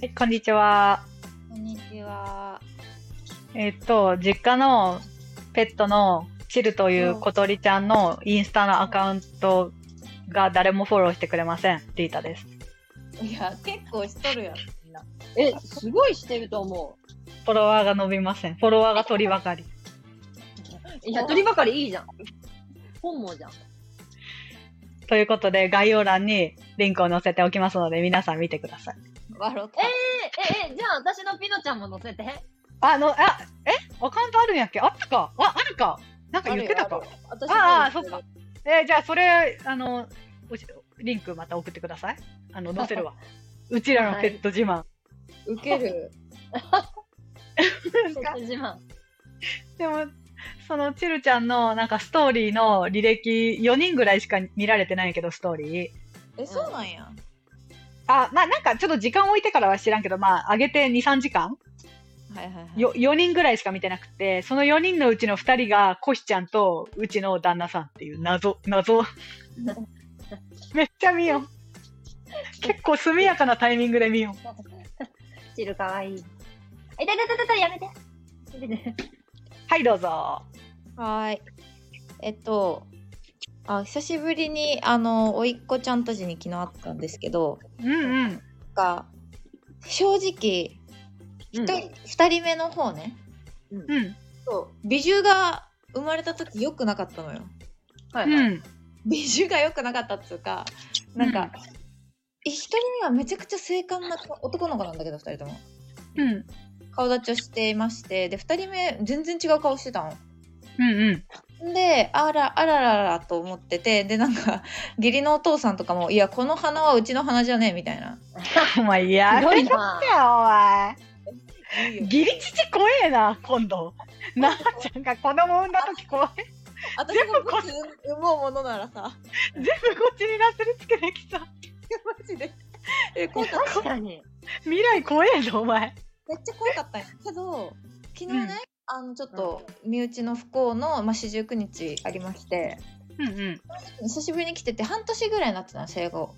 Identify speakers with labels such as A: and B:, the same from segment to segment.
A: はい、こんにちは。
B: こんにちは。
A: えっと、実家のペットのチルという小鳥ちゃんのインスタのアカウントが誰もフォローしてくれません。リータです。
B: いや、結構しとるやん、みんな。
C: え、すごいしてると思
A: フォロワーが伸びません。フォロワーが鳥ばかり。
C: う。いや、鳥ばかりいいじゃん。本望じゃん。
A: ということで、概要欄にリンクを載せておきますので、皆さん見てください。
B: 笑っ
C: え、え、え、じゃあ私のピノちゃんも乗せて。
A: あの、あ、えアカウントあるんやっけあったかあ、あるかなん
B: た。
A: か言ってたか
C: 私
A: ああ、そっか。。えーじゃあそれ、あの、おしリンクまた送ってください。あの、載せる わ。うちらのペット自慢。
B: 受ける。
C: ペット自慢。
A: でも、そのチルちゃんのなんかストーリーの履歴4人ぐらいしか見られてないけど、ストーリー。
B: え、そうなんや。
A: あ、まあなんかちょっと時間置いてからは知らんけど、まあ上げて2、3時間
B: はいはいはい。
A: よ ?4 人ぐらいしか見てなくて、その4人のうちの2人がコシちゃんとうちの旦那さんっていう謎、 謎。めっちゃ見よう。結構速やかなタイミングで見よう。
C: チルかわいい。え、だだだだだ、やめて。
A: はい、どうぞ。
B: はーい。えっと、あ、久しぶりに、あの、おいっ子ちゃんたちに昨日会ったんですけど、
A: うんうん。
B: が、正直、
C: うん
B: 一人二人目の方ね、
A: うん。
B: 美獣が生まれた時良くなかったのよ。
C: はいは
A: う
C: い。
A: ん。
B: 美獣が良くなかったっつうか、なんか、一人目はめちゃくちゃ精悍な男の子なんだけど、二人とも。
A: うん。
B: 顔立ちをしていましてで2人目全然違う顔してたの。
A: うんうん。
B: であらあらららと思っててでなんか義理のお父さんとかも「いやこの花はうちの花じゃねえ」みたいな。
A: お前、やめと
C: な
A: けよ、お前。
B: 義
A: ギリ父怖えな、今度。なあちゃんが子供産んだ時怖い。
B: 私がもし産もうものならさ
A: 全部こっちになすりつけてきた。
B: マジでえ怖かっ
C: 確かに。
A: 未来怖えぞ、お前。
B: ためっちゃ怖かったんやけど昨日ね、
A: うん
B: あのちょっと身内の不幸の、まあ、四十九日ありまして
A: うんうん。
B: 久しぶりに来てて半年ぐらいになってたの生後。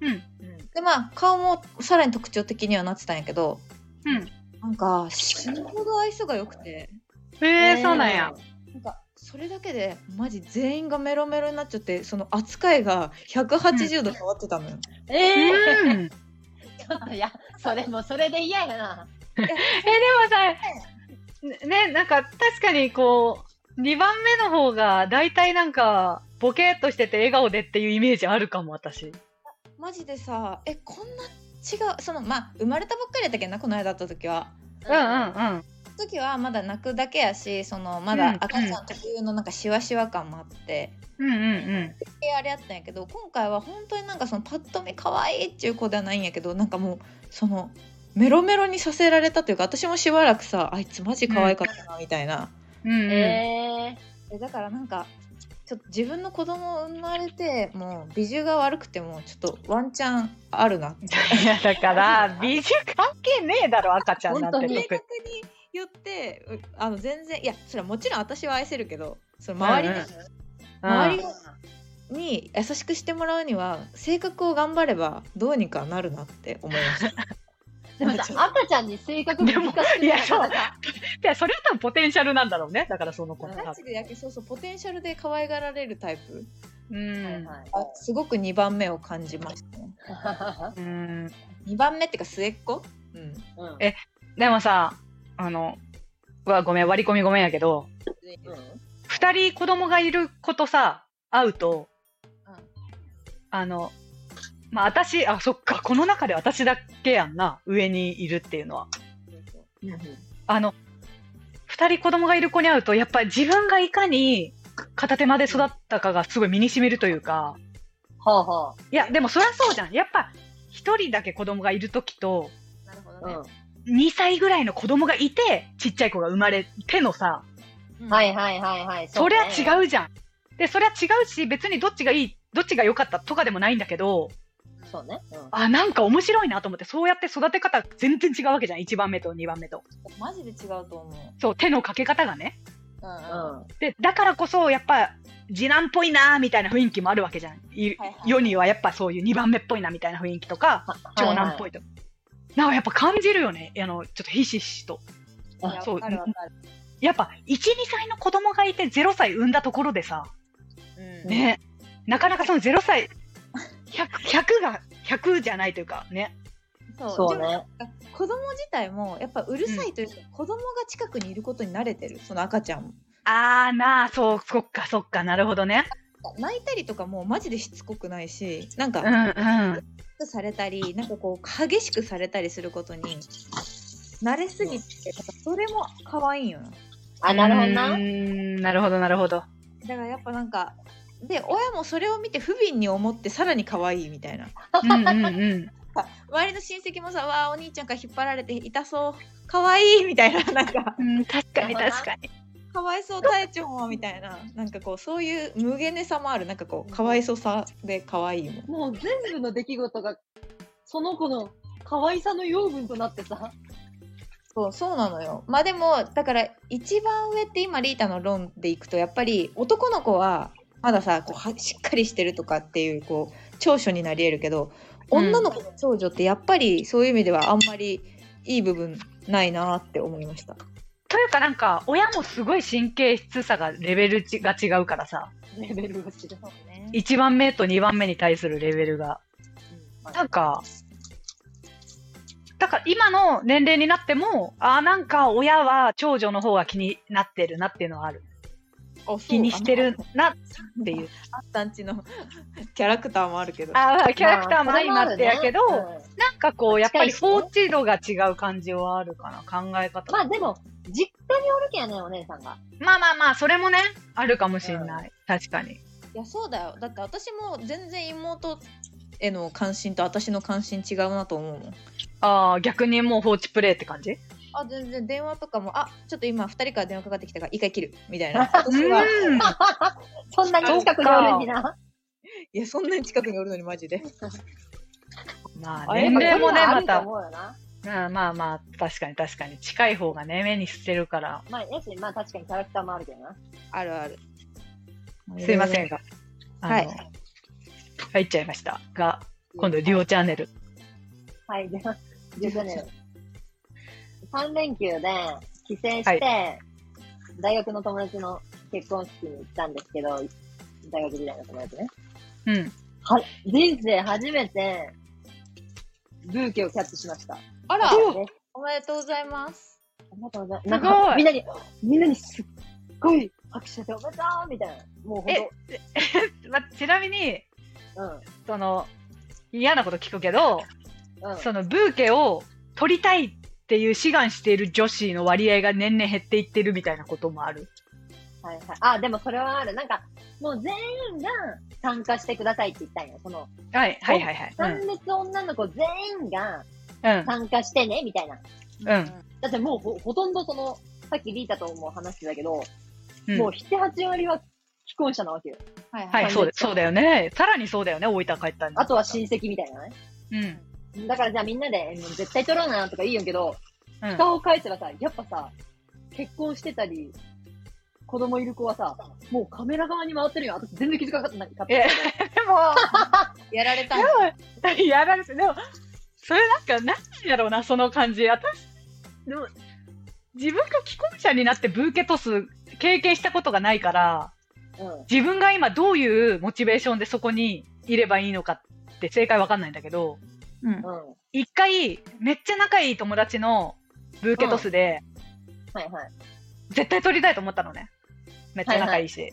A: うん。
C: うん。
B: でまあ顔もさらに特徴的にはなってたんやけど、
A: うん
B: なんか死ぬほど愛想が良くて
A: ええそうなんや。。
B: なんかそれだけでマジ全員がメロメロになっちゃってその扱いが180度変わってたのよ。
C: ええ
A: うん。
C: ちょっといや、それもそれで嫌やな。
A: え、でもさ、ね、なんか確かにこう、2番目の方が大体なんか、ボケっとしてて笑顔でっていうイメージあるかも、私。
B: マジでさえこんな違うそのまあ生まれたばっかりやったけどなこの間会った時は。
A: うんうんうん。
B: その時はまだ泣くだけやしそのまだ
A: うん
B: 赤ちゃん特有のなんかシワシワ感もあって。
A: うんうん
B: えあれやったんやけど今回は本当になんかそのパッと見可愛いっていう子ではないんやけどなんかもうそのメロメロにさせられたというか私もしばらくさあいつマジ可愛かったなみたいな、
A: うん。うんうん。
C: ええ
B: えだからなんかちょっと自分の子供生まれてもう美獣が悪くてもちょっとワンチャンあるなって
A: いやだから美術関係ねえだろ赤ちゃんなんて
C: 本当に
B: 明
A: 特
B: 確
A: に
B: によってうあの全然いやそれはもちろん私は愛せるけどその周りに,、
A: うん
B: 周り
A: うん
B: に優しくしてもらうには性格を頑張ればどうにかなるなって思いま した。
C: でもさ、赤ちゃんに性格難しくない
A: いやそう
C: なんか
A: いやそれは多分ポテンシャルなんだろうねだからその子の
B: マジでやけそうそうポテンシャルで可愛がられるタイプ
A: う
C: はい
A: ん
C: はい
B: あすごく2番目を感じましたね
A: うん
B: 2番目っていうか末っ子うん
C: うん
A: えでもさあのうわごめん割り込みごめんやけど
C: うん
A: 二人子供がいる子とさ会うと
B: うん
A: あのまあ私あそっかこの中で私だけやんな上にいるっていうのはあの二人子供がいる子に会うとやっぱり自分がいかに片手間で育ったかがすごい身にしみるというか
C: ほうほ
A: いやでもそりゃそうじゃんやっぱ一人だけ子供がいる時と
B: なるほ
C: う。
A: 2歳ぐらいの子供がいてちっちゃい子が生まれてのさ
C: うんはいはいはいはい。
A: そりゃ
C: うね。
A: 違うじゃん。でそりゃ違うし別にどっちがいいどっちが良かったとかでもないんだけど
C: そうね。うん
A: あなんか面白いなと思ってそうやって育て方全然違うわけじゃん1番目と2番目と
B: マジで違うと思う
A: そう手のかけ方がね
B: うんうんは
C: う
A: でだからこそやっぱ次男っぽいなーみたいな雰囲気もあるわけじゃんい
B: いはい
A: 世にはやっぱそういう2番目っぽいなみたいな雰囲気とか
C: ん。
A: 長男っぽ
C: い。
A: いと、なんかやっぱ感じるよね。あの、ちょっとひしひしと。
C: いや
A: そう
C: わかるわかる。
A: やっぱ、1、2歳の子供がいて0歳産んだところでさ、
B: うん
A: ね、なかなかその0歳、100, 100が、100じゃないというか、ね。
B: そう
C: そう
B: でも
C: ね。
B: 子供自体もやっぱうるさいというか、子供が近くにいることに慣れてるその赤ちゃんも
A: あーなあ、そう、そっか、そっか、なるほどね。
B: 泣いたりとかもうマジでしつこくないしなんか
A: うんうん。
B: されたりなんかこう激しくされたりすることに慣れすぎてなんかそれも可愛いんよな
C: あ、なるほどな。
A: うーんなるほど、なるほど。
B: だからやっぱなんかで親もそれを見て不憫に思ってさらに可愛いみたいな
A: うんうんうん。
B: 周りの親戚もさ「わあお兄ちゃんから引っ張られて痛そう可愛いみたいななんか
A: うん、確かに
C: なるほどな
A: 確かに。
B: かわいそう隊長もみたいななんかこうそういう無限ねさもあるなんかこうかわいそうさで可愛いもん
C: もう全部の出来事が、その子の可愛さの養分となってさ。
B: そうそうなのよまあでもだから一番上って今リータの論でいくとやっぱり男の子はまださこうはしっかりしてるとかっていうこう長所になり得るけど
A: うん
B: 女の子の長女ってやっぱりそういう意味ではあんまりいい部分ないなって思いました。
A: というかなんか、親もすごい神経質さがレベルちが違うからさ、
C: レベルが違う。
B: い
A: 1番目と2番目に対するレベルが。なんか、だから今の年齢になっても、ああ、なんか親は長女の方が気になってるなっていうのはある。気にしてるなっていう。
B: あったんちのキャラクターもあるけど
A: ああ、キャラクターも相まってやけど、
C: まあそれもあるね
A: なんかこう、やっぱり
C: 近いしね
A: 放置度が違う感じはあるかな、考え
C: うん
A: 方。
C: まあでも、実家におるけんやね、お姉さんが。
A: まあまあまあ、それもね、あるかもしれない。確かに。
B: いやそうだよだって私も全然妹への関心と私の関心違うなと思うもん
A: ああ、逆にもう放置プレイって感じ
B: あ全然電話とかもあちょっと今2人から電話かかってきたから一回切る みたいな私は
A: うん。
C: そんなに近くにおるんにな。
B: いやそんなに近くにおるのに マジで
A: まあ、
C: あれ
A: 年齢もね、
C: や
A: ま
C: っぱ
A: た、
C: そういうのあると思うよな
A: うん、まあまあ、確かに確かに。近い方がね、目に捨てるから、
C: まあ、やし、まあ確かにキャラクターもあるけどな。
B: あるある
A: すいませんが、あの
B: はい
A: 入っちゃいましたが、今度、リオチャンネル。
C: はい、じゃあ、10年。3連休で帰省して、
A: は
C: 大学の友達の結婚式に行ったんですけど、大学時代の友達ね。
A: うん。
C: は人生初めて、ブーケをキャッチしました。
B: あら
A: お
C: ね
B: おめでとうございます
C: ありがとうございま
A: すごい
C: す。なんかみんなに、みんなにすっごい拍手しておめでとうみたいな。もうほん
A: えま、ちなみに、
C: と、
A: その、嫌なこと聞くけど、
C: うん、うん。
A: そのブーケを取りたいっていう志願している女子の割合が年々減っていってるみたいなこともある。
C: はいはい。あ、でもそれはある。なんか、もう全員が参加してくださいって言ったんよ。その、
A: はい、はい、はい、はい。
C: 参列女の子全員が
A: うん、うん、
C: 参加してね、みたいな。
A: うん
C: だってもうほほとんどその、さっきリータとも話してたけど、
A: うん
C: もう7、8割は既婚者なわけよ。
B: はいは
A: はいい、そうでそうだよね。さらにそうだよね、大分帰ったん
C: あとは親戚みたいなね。
A: うん、うん。
C: だからじゃあみんなで、もう絶対取ろうなとか言いよんけど、
A: うん
C: 蓋を返せばさ、やっぱさ、結婚してたり、子供いる子はさ、もうカメラ側に回ってるよ。私全然気づかなかったんだけど。
A: えでも、
B: やられたんだ
A: でも、やられて、でも、それなんか、なんやろうな、その感じ。私、でも、自分が既婚者になってブーケトス経験したことがないから、
C: うん。
A: 自分が今どういうモチベーションでそこにいればいいのかって正解わかんないんだけど、
B: うん
C: うん。は
A: 一回、めっちゃ仲いい友達のブーケトスで、
C: いはい。
A: 絶対取りたいと思ったのね。めっちゃ仲いいし。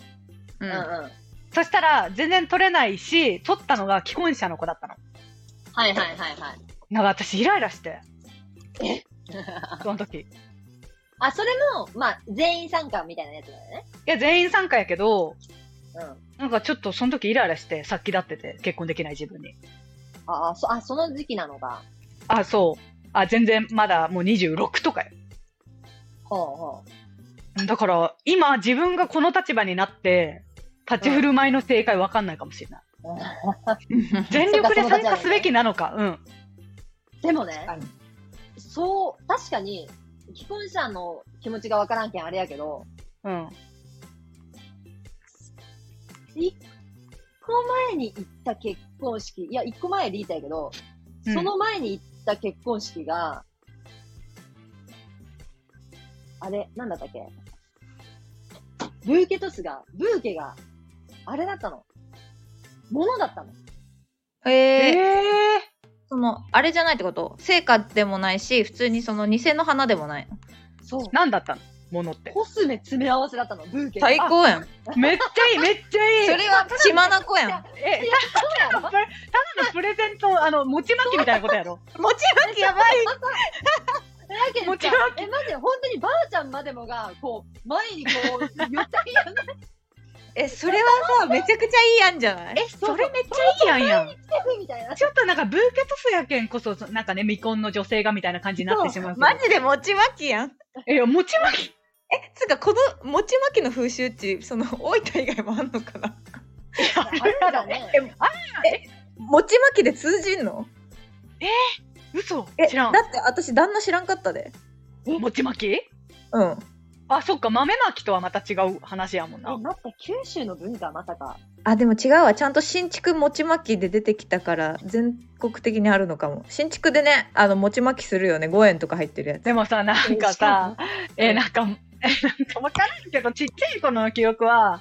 B: う
C: うんんうん。はい
A: そしたら、全然取れないし、取ったのが既婚者の子だったの。
C: はいはいはい。
A: なんか私イライラして。その時。い
C: あ、それも、まあ、全員参加みたいなやつだよね。
A: や、全員参加やけど、
C: うん。
A: なんかちょっとその時イライラして、さっきだってて、結婚できない自分に。
C: ああ、そ、あ、その時期なのか。
A: あ、そう。あ、全然まだもう26とかよ。
C: ほうほ
A: だから、今自分がこの立場になって、立ち振る舞いの正解わかんないかもしれない。
C: う。う ん
A: 全力で
C: そっか
A: 参加すべきなのか。うん。
C: でもね
B: はい、
C: そう、確かに、既婚者の気持ちがわからんけんあれやけど、
A: うん。
C: 一個前に行った結婚式、いや、一個前リータやけど、
A: うん
C: その前に行ったした結婚式が、あれ、なんだったっけブーケトスが、ブーケが、あれだったの。ものだったの。
B: ええ
A: え
B: そのあれじゃないってこと成果でもないし普通にその偽の花でもない
C: そう。
A: ー、なんだったのものって。
C: コスメ詰め合わせだったの、ブーケが。
B: 最高やん
A: めっちゃいい、めっちゃいい。
B: それは血眼やん
A: え、ただのプレ、ただのプレゼント、あの、餅巻きみたいなことやろ。
B: 持ち巻きやばい
C: えだけど
A: もち
C: さ
A: ろん
C: え、待って、本当にばあちゃんまでもが、こう、前にこう、言ったりやんな
B: えそれはさめちゃくちゃいいやんじゃない
A: え、それめっちゃいいやんやん。
C: いみ たいな。
A: ちょっとなんかブーケトスやけんこそ、なんかね、未婚の女性がみたいな感じになってしまうけど。
B: マジで持ち巻き やん
A: え、いや餅巻き。
B: つうかこの持ち巻きの風習っちその大分以外もあんのか な
C: あるんだね。
B: 持ち巻きで通じんの
A: 嘘
B: え
A: 知らん
B: だ。って私旦那知らんかったで
A: 餅巻き
B: うん
A: あ、そっか、豆巻きとはまた違う話やもん
C: え、
A: な。
C: 待って、九州の文化まさか。
B: あでも違うわちゃんと新築持ち巻きで出てきたから全国的にあるのかも新築でねあの持ち巻きするよね5円とか入ってるやつ
A: でもさ、なんかさ、え、なんか、え、なんかわからんけど、ちっちゃい頃の記憶は、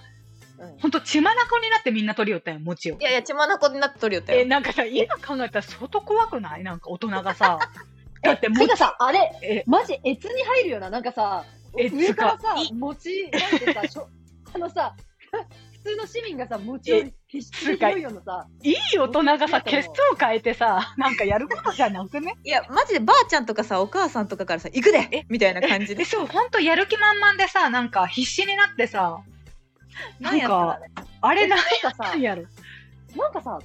C: うん
A: ほんと血眼になってみんな取り寄ったんよ、餅を
B: い。やいや血眼になって取るよ
A: え、なんかさ、今考えたら相当怖くないなんか大人がさ。だって
C: て
A: 餅
C: かさ、あれ、
A: え、
C: マジ、えつに入るよな、なんかさ、
A: え
C: 上からさ
A: つ、
C: 餅、なんてさ、しょあのさ、普通の市民がさ、餅を
A: え
C: 必死に拾うようなさ、
A: いい大人がさ、
C: え
A: 血相変えてさ、なんかやることじゃなくね
B: いやマジでばあちゃんとかさお母さんとかからさ行くでみたいな感じ
A: え、
B: で
A: そう、ほんとやる気満々でさ、なんか必死になってさ、なん
B: や
A: か、
B: ったか
A: あれ
C: え
A: な
C: なんかさ
A: ん、やろ。
C: なんかさ、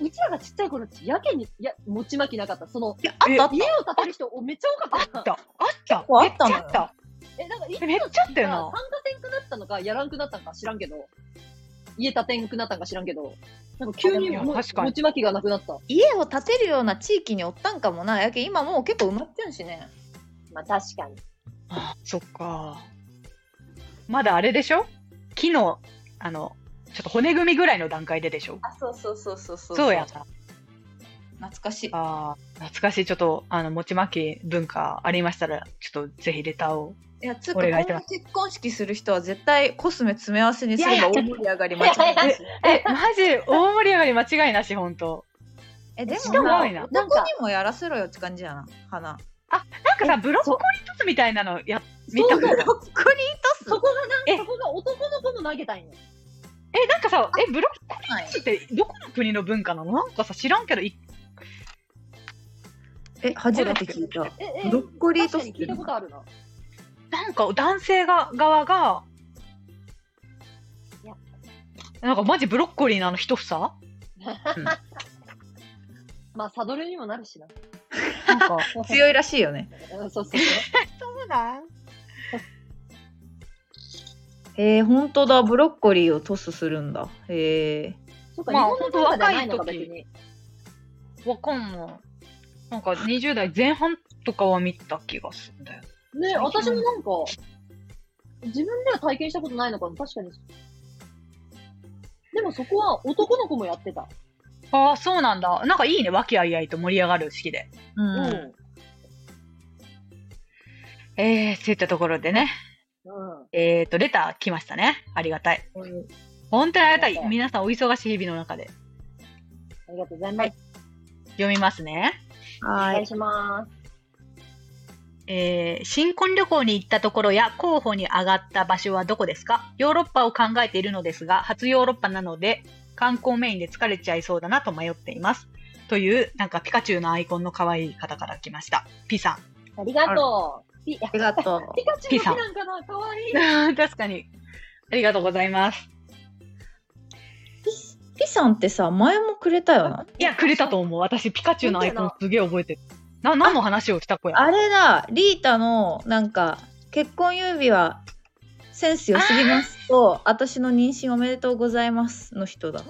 C: うちらがちっちゃい頃、やけに、いや、餅巻きなかった。その、
B: いやあったあっ
C: 家を建てる人、めっちゃ多かっ
A: あ
C: たな
A: っ。た、あった、
B: 構あ
A: めっ
B: っ
A: ちゃ
B: たのよ
A: あった。
C: え、なんか、いつ
A: めっちゃあったよな
C: 参加せんくなったのか、やらんくなったのか知らんけど、家建てんくなったんか知らんけど、なんか急
A: い
C: に
A: や
C: も
A: 確かに
C: 餅巻きがなくなった。
B: た家を建てるような地域におったんかもなやけ今もう結構埋まっちゃうしね
C: まあ確かに。
A: あそっか。まだあれでしょ木の、あの、ちょっと骨組みぐらいの段階ででしょ
B: あそうそうそうそうそ
A: そうやな。
B: 懐かしい
A: あー懐かしい、ちょっと、あの、餅まき文化ありましたら、ちょっとぜひレターを。
B: いやつう
A: お
B: かこん
A: 願い
B: な
A: します
B: 結婚式する人は絶対コスメ詰め合わせにす
C: い
B: れば
C: やいや
B: 大盛り上がり間違いないし
A: え、マジ、大盛り上がり間違いなし、ほんと。
B: えで
A: し
B: も
A: かも
B: な
A: 多いな
B: 男にもやらせろよって感じやな花
A: なんかさ、ブロッコ
C: そう
A: リートスみたいなのや、見たこ
C: そ
A: と
C: うそ
A: な
C: う
A: い
B: ここに
C: そこが
A: え
C: なんか、そこが男の子の投げたいの。
A: え、なんかさ、え、ブロッコ
B: とすない
A: リートってどこの国の文化なのなんかさ、知らんけど、い
B: え初めて聞いた
C: え、え、
B: ブロッコリー
C: 確
B: ト
C: か
B: ス
C: に聞いたことあるな。
A: なんか男性が側が
C: いや、
A: なんかマジブロッコリーのあの一房
C: まあサドルにもなるしな。
A: なんか、
B: 強いらしいよね
C: うんそうそう そう。
A: そうだ。
B: えー、本当だブロッコリーをトスするんだえ
C: そうか、
A: まあ
C: 日本の文化ではないのか別に。
A: わかんない。なんか20代前半とかは見た気がするんだよ。
C: ね
A: 最近
C: 私もなんか、自分では体験したことないのかな、確かに。でもそこは男の子もやってた。
A: ああ、そうなんだ。なんかいいね。和気あいあいと盛り上がる式で。
B: ー、うん
C: うん。
A: えー、そういったところでね。
C: うん。
A: えっ、ー、と、レター来ましたね。ありがたい。
B: うん
A: 本当にありがた
C: ありが
A: い。
C: たい
A: 皆さんお忙しい日々の中で
C: ありがとうございます。
A: 読みますね。
C: お
B: は
C: 願
B: い
C: いします。
A: えー新婚旅行に行ったところや候補に上がった場所はどこですかヨーロッパを考えているのですが、初ヨーロッパなので観光メインで疲れちゃいそうだなと迷っています。という、なんかピカチュウのアイコンの可愛い方から来ました。ピさん。
C: ありがとう。ピ、いや
B: ありがとう
C: ピカチュウの木なんかなかわい い。
A: 確かに。ありがとうございます。
B: ピさんってさ前もくれたよない
A: や、くれたと思う。私、ピカチュウのアイコンすげえ覚えてる。な、何の話をした子や。
B: あれだリータのなんか結婚指輪センス良すぎますと私の妊娠おめでとうございますの人だ
A: な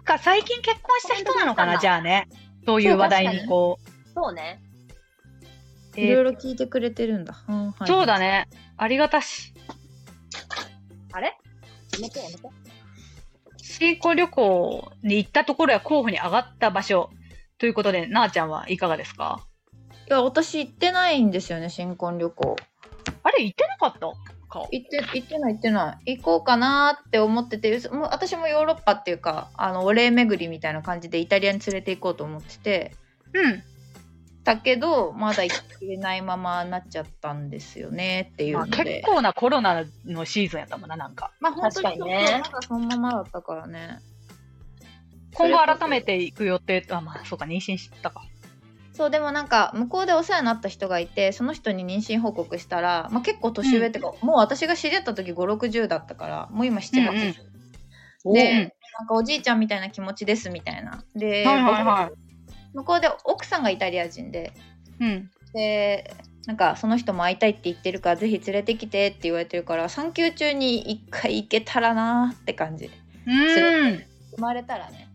A: んか最近結婚した人なのか
C: そうだ
A: な、
C: った
A: じゃあね。そういう話題にこう。
C: そうね。
B: いろい
A: え
B: ろ聞いてくれてるんだ、うんは
A: ー
B: い
A: そうだね。ありがたし。
C: あれやめてやめて。
A: 新婚旅行に行ったところや候補に上がった場所ということで、なあちゃんはいかがですか
B: や私行ってないんですよね新婚旅行
A: あれ、行ってなかったか。
B: 行って行ってない行ってない行こうかなーって思っててそもう私もヨーロッパっていうかあのお礼巡りみたいな感じでイタリアに連れて行こうと思ってて
A: うん。
B: だけどまだ行ってないままなっちゃったんですよねっていう
A: まあ
B: の
A: 結
B: で、
A: 構なコロナのシーズンやったもんな、なんか。
B: まあ、本当
C: 確かにね
B: まだそのままだったからね
A: 今後改めて行く予定あ、まあ、そうか、妊娠したか。
B: そうでもなんか向こうでお世話になった人がいてその人に妊娠報告したら、まあ、結構年上っていうか、もう私が知り合った時560だったからもう今7 8
A: うんうん
B: で、なんかおじいちゃんみたいな気持ちですみたいな。で、
A: はいはいは
B: 向こうで奥さんがイタリア人で、
A: うん。
B: で、なんかその人も会いたいって言ってるから、ぜひ連れてきてって言われてるから、産休中に一回行けたらなーって感じ。
A: うん。
B: 生まれたらね。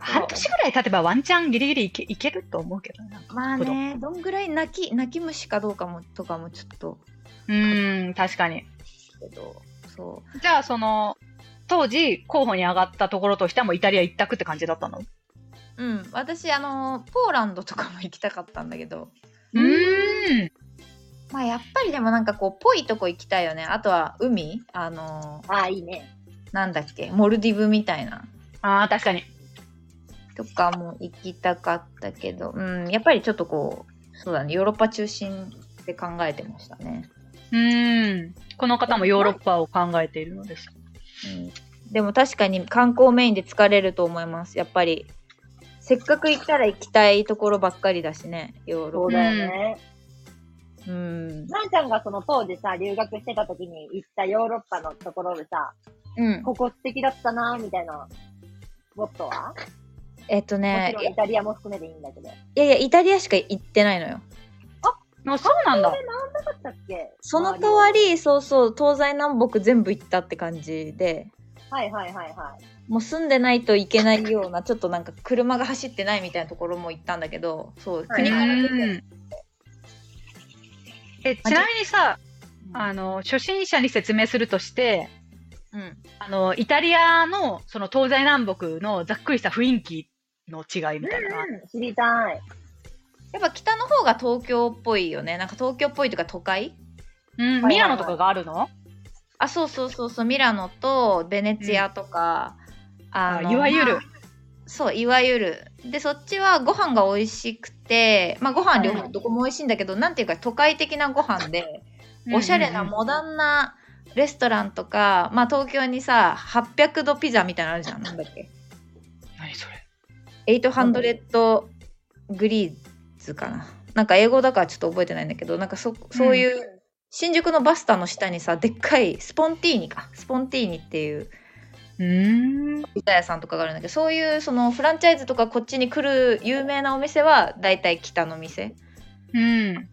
A: 半年ぐらい経てばワンチャンギリギリいけいけると思うけどねなんか
B: まあね、どんぐらい泣き、泣き虫かどうかも、とかもちょっと、
A: うん、確かに。
B: けど、そう。
A: じゃあ、その、当時、候補に上がったところとしてはもうイタリア一択って感じだったの
B: うん、私、あの、ポーランドとかも行きたかったんだけど、
A: うーん。
B: まあやっぱりでもなんかこう、ぽいとこ行きたいよね。あとは海あの、
C: ああ、いいね。
B: なんだっけ、モルディブみたいな。
A: ああ、確かに。
B: とかも行きたかったけど、うん、やっぱりちょっとこう、そうだね、ヨーロッパ中心で考えてましたね。
A: うーん。この方もヨーロッパを考えているのです。
B: うん、でも確かに観光メインで疲れると思います、やっぱり。せっかく行ったら行きたいところばっかりだしね、ヨー
C: そ
B: ロ
C: う
B: ッ
C: だよね。
B: パ。うん。
C: な、んちゃんがその当時さ、留学してた時に行ったヨーロッパのところでさ、
B: うん。
C: ここ素敵だったなーみたいな、もっとは
B: えっと
C: もち
B: ね
C: ろ、んイタリアも含めでいいんだけど。
B: いやいや、イタリアしか行ってないのよ。
A: あ、そうなんだ
C: こ。れなんなかったっけ
B: その代わ。り、そうそう、東西南北全部行ったって感じで、
C: はいはいはいはい。
B: もう住んでないといけないようなちょっとなんか車が走ってないみたいなところも行ったんだけどそう
C: はい
B: 国から出て
A: うんえちなみにさあの初心者に説明するとして
B: うん
A: あのイタリアのその東西南北のざっくりした雰囲気の違いみたいなのは、
C: うん知りたい。
B: やっぱ北の方が東京っぽいよねなんか東京っぽいというか都会
A: うん
C: はい
A: ミラノとかがあるの
B: あそうそうそうそうミラノとベネツィアとか、
A: あ
B: の
A: いわゆ
B: ま
A: る
B: あ、そういわゆるでそっちはご飯が美味しくてまあご飯両
C: は
B: 方
C: い
B: どこも美味しいんだけど、なんていうか都会的なご飯でおしゃれなモダ
A: ン
B: ンなレストランとか、まあ東京にさ800度ピザみたいなのあるじゃんなんだっけ
A: 何それ
B: 800グリーズかな。なんか英語だからちょっと覚えてないんだけど、なんかそそういう、新宿のバスタの下にさ、でっかいスポンティーニか、スポンティーニっていう
A: うーん
B: ピザ屋さんとかがあるんだけど、そういうそのフランチャイズとかこっちに来る有名なお店は、だいたい北の店
A: うん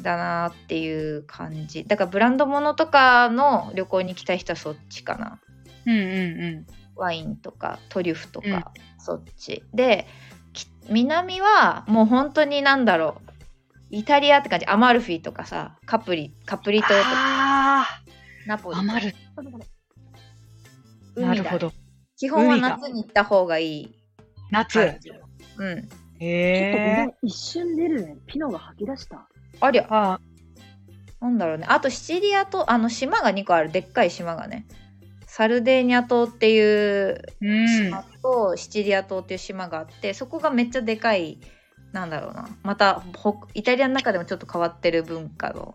B: だなっていう感じ。だからブランド物とかの旅行に来たい人はそっちかな。
A: うんうん
B: ワインとかトリュフと
A: うん
B: か、そっちでき南はもう本当になんだろうイタリアって感じアマルフィとかさカプリカプリ島とか
A: あ
B: ナポ
A: あ
B: リとか
A: 余る
B: 海
A: な
B: だ
A: るほど
B: 基本は
A: 海だ
B: 夏に行った方がいい
A: 夏
B: 感じうん
A: へ
C: 結
A: え
C: 構一瞬出るね。ピノが吐き出した。
B: ありゃ
A: あ
B: なんだろうねあとシチリアとあの島が2個あるでっかい島がねサルデーニャ島っていう
A: うん
B: 島と、シチリア島っていう島があってそこがめっちゃでかいなんだろうなまたほイタリアの中でもちょっと変わってる文化の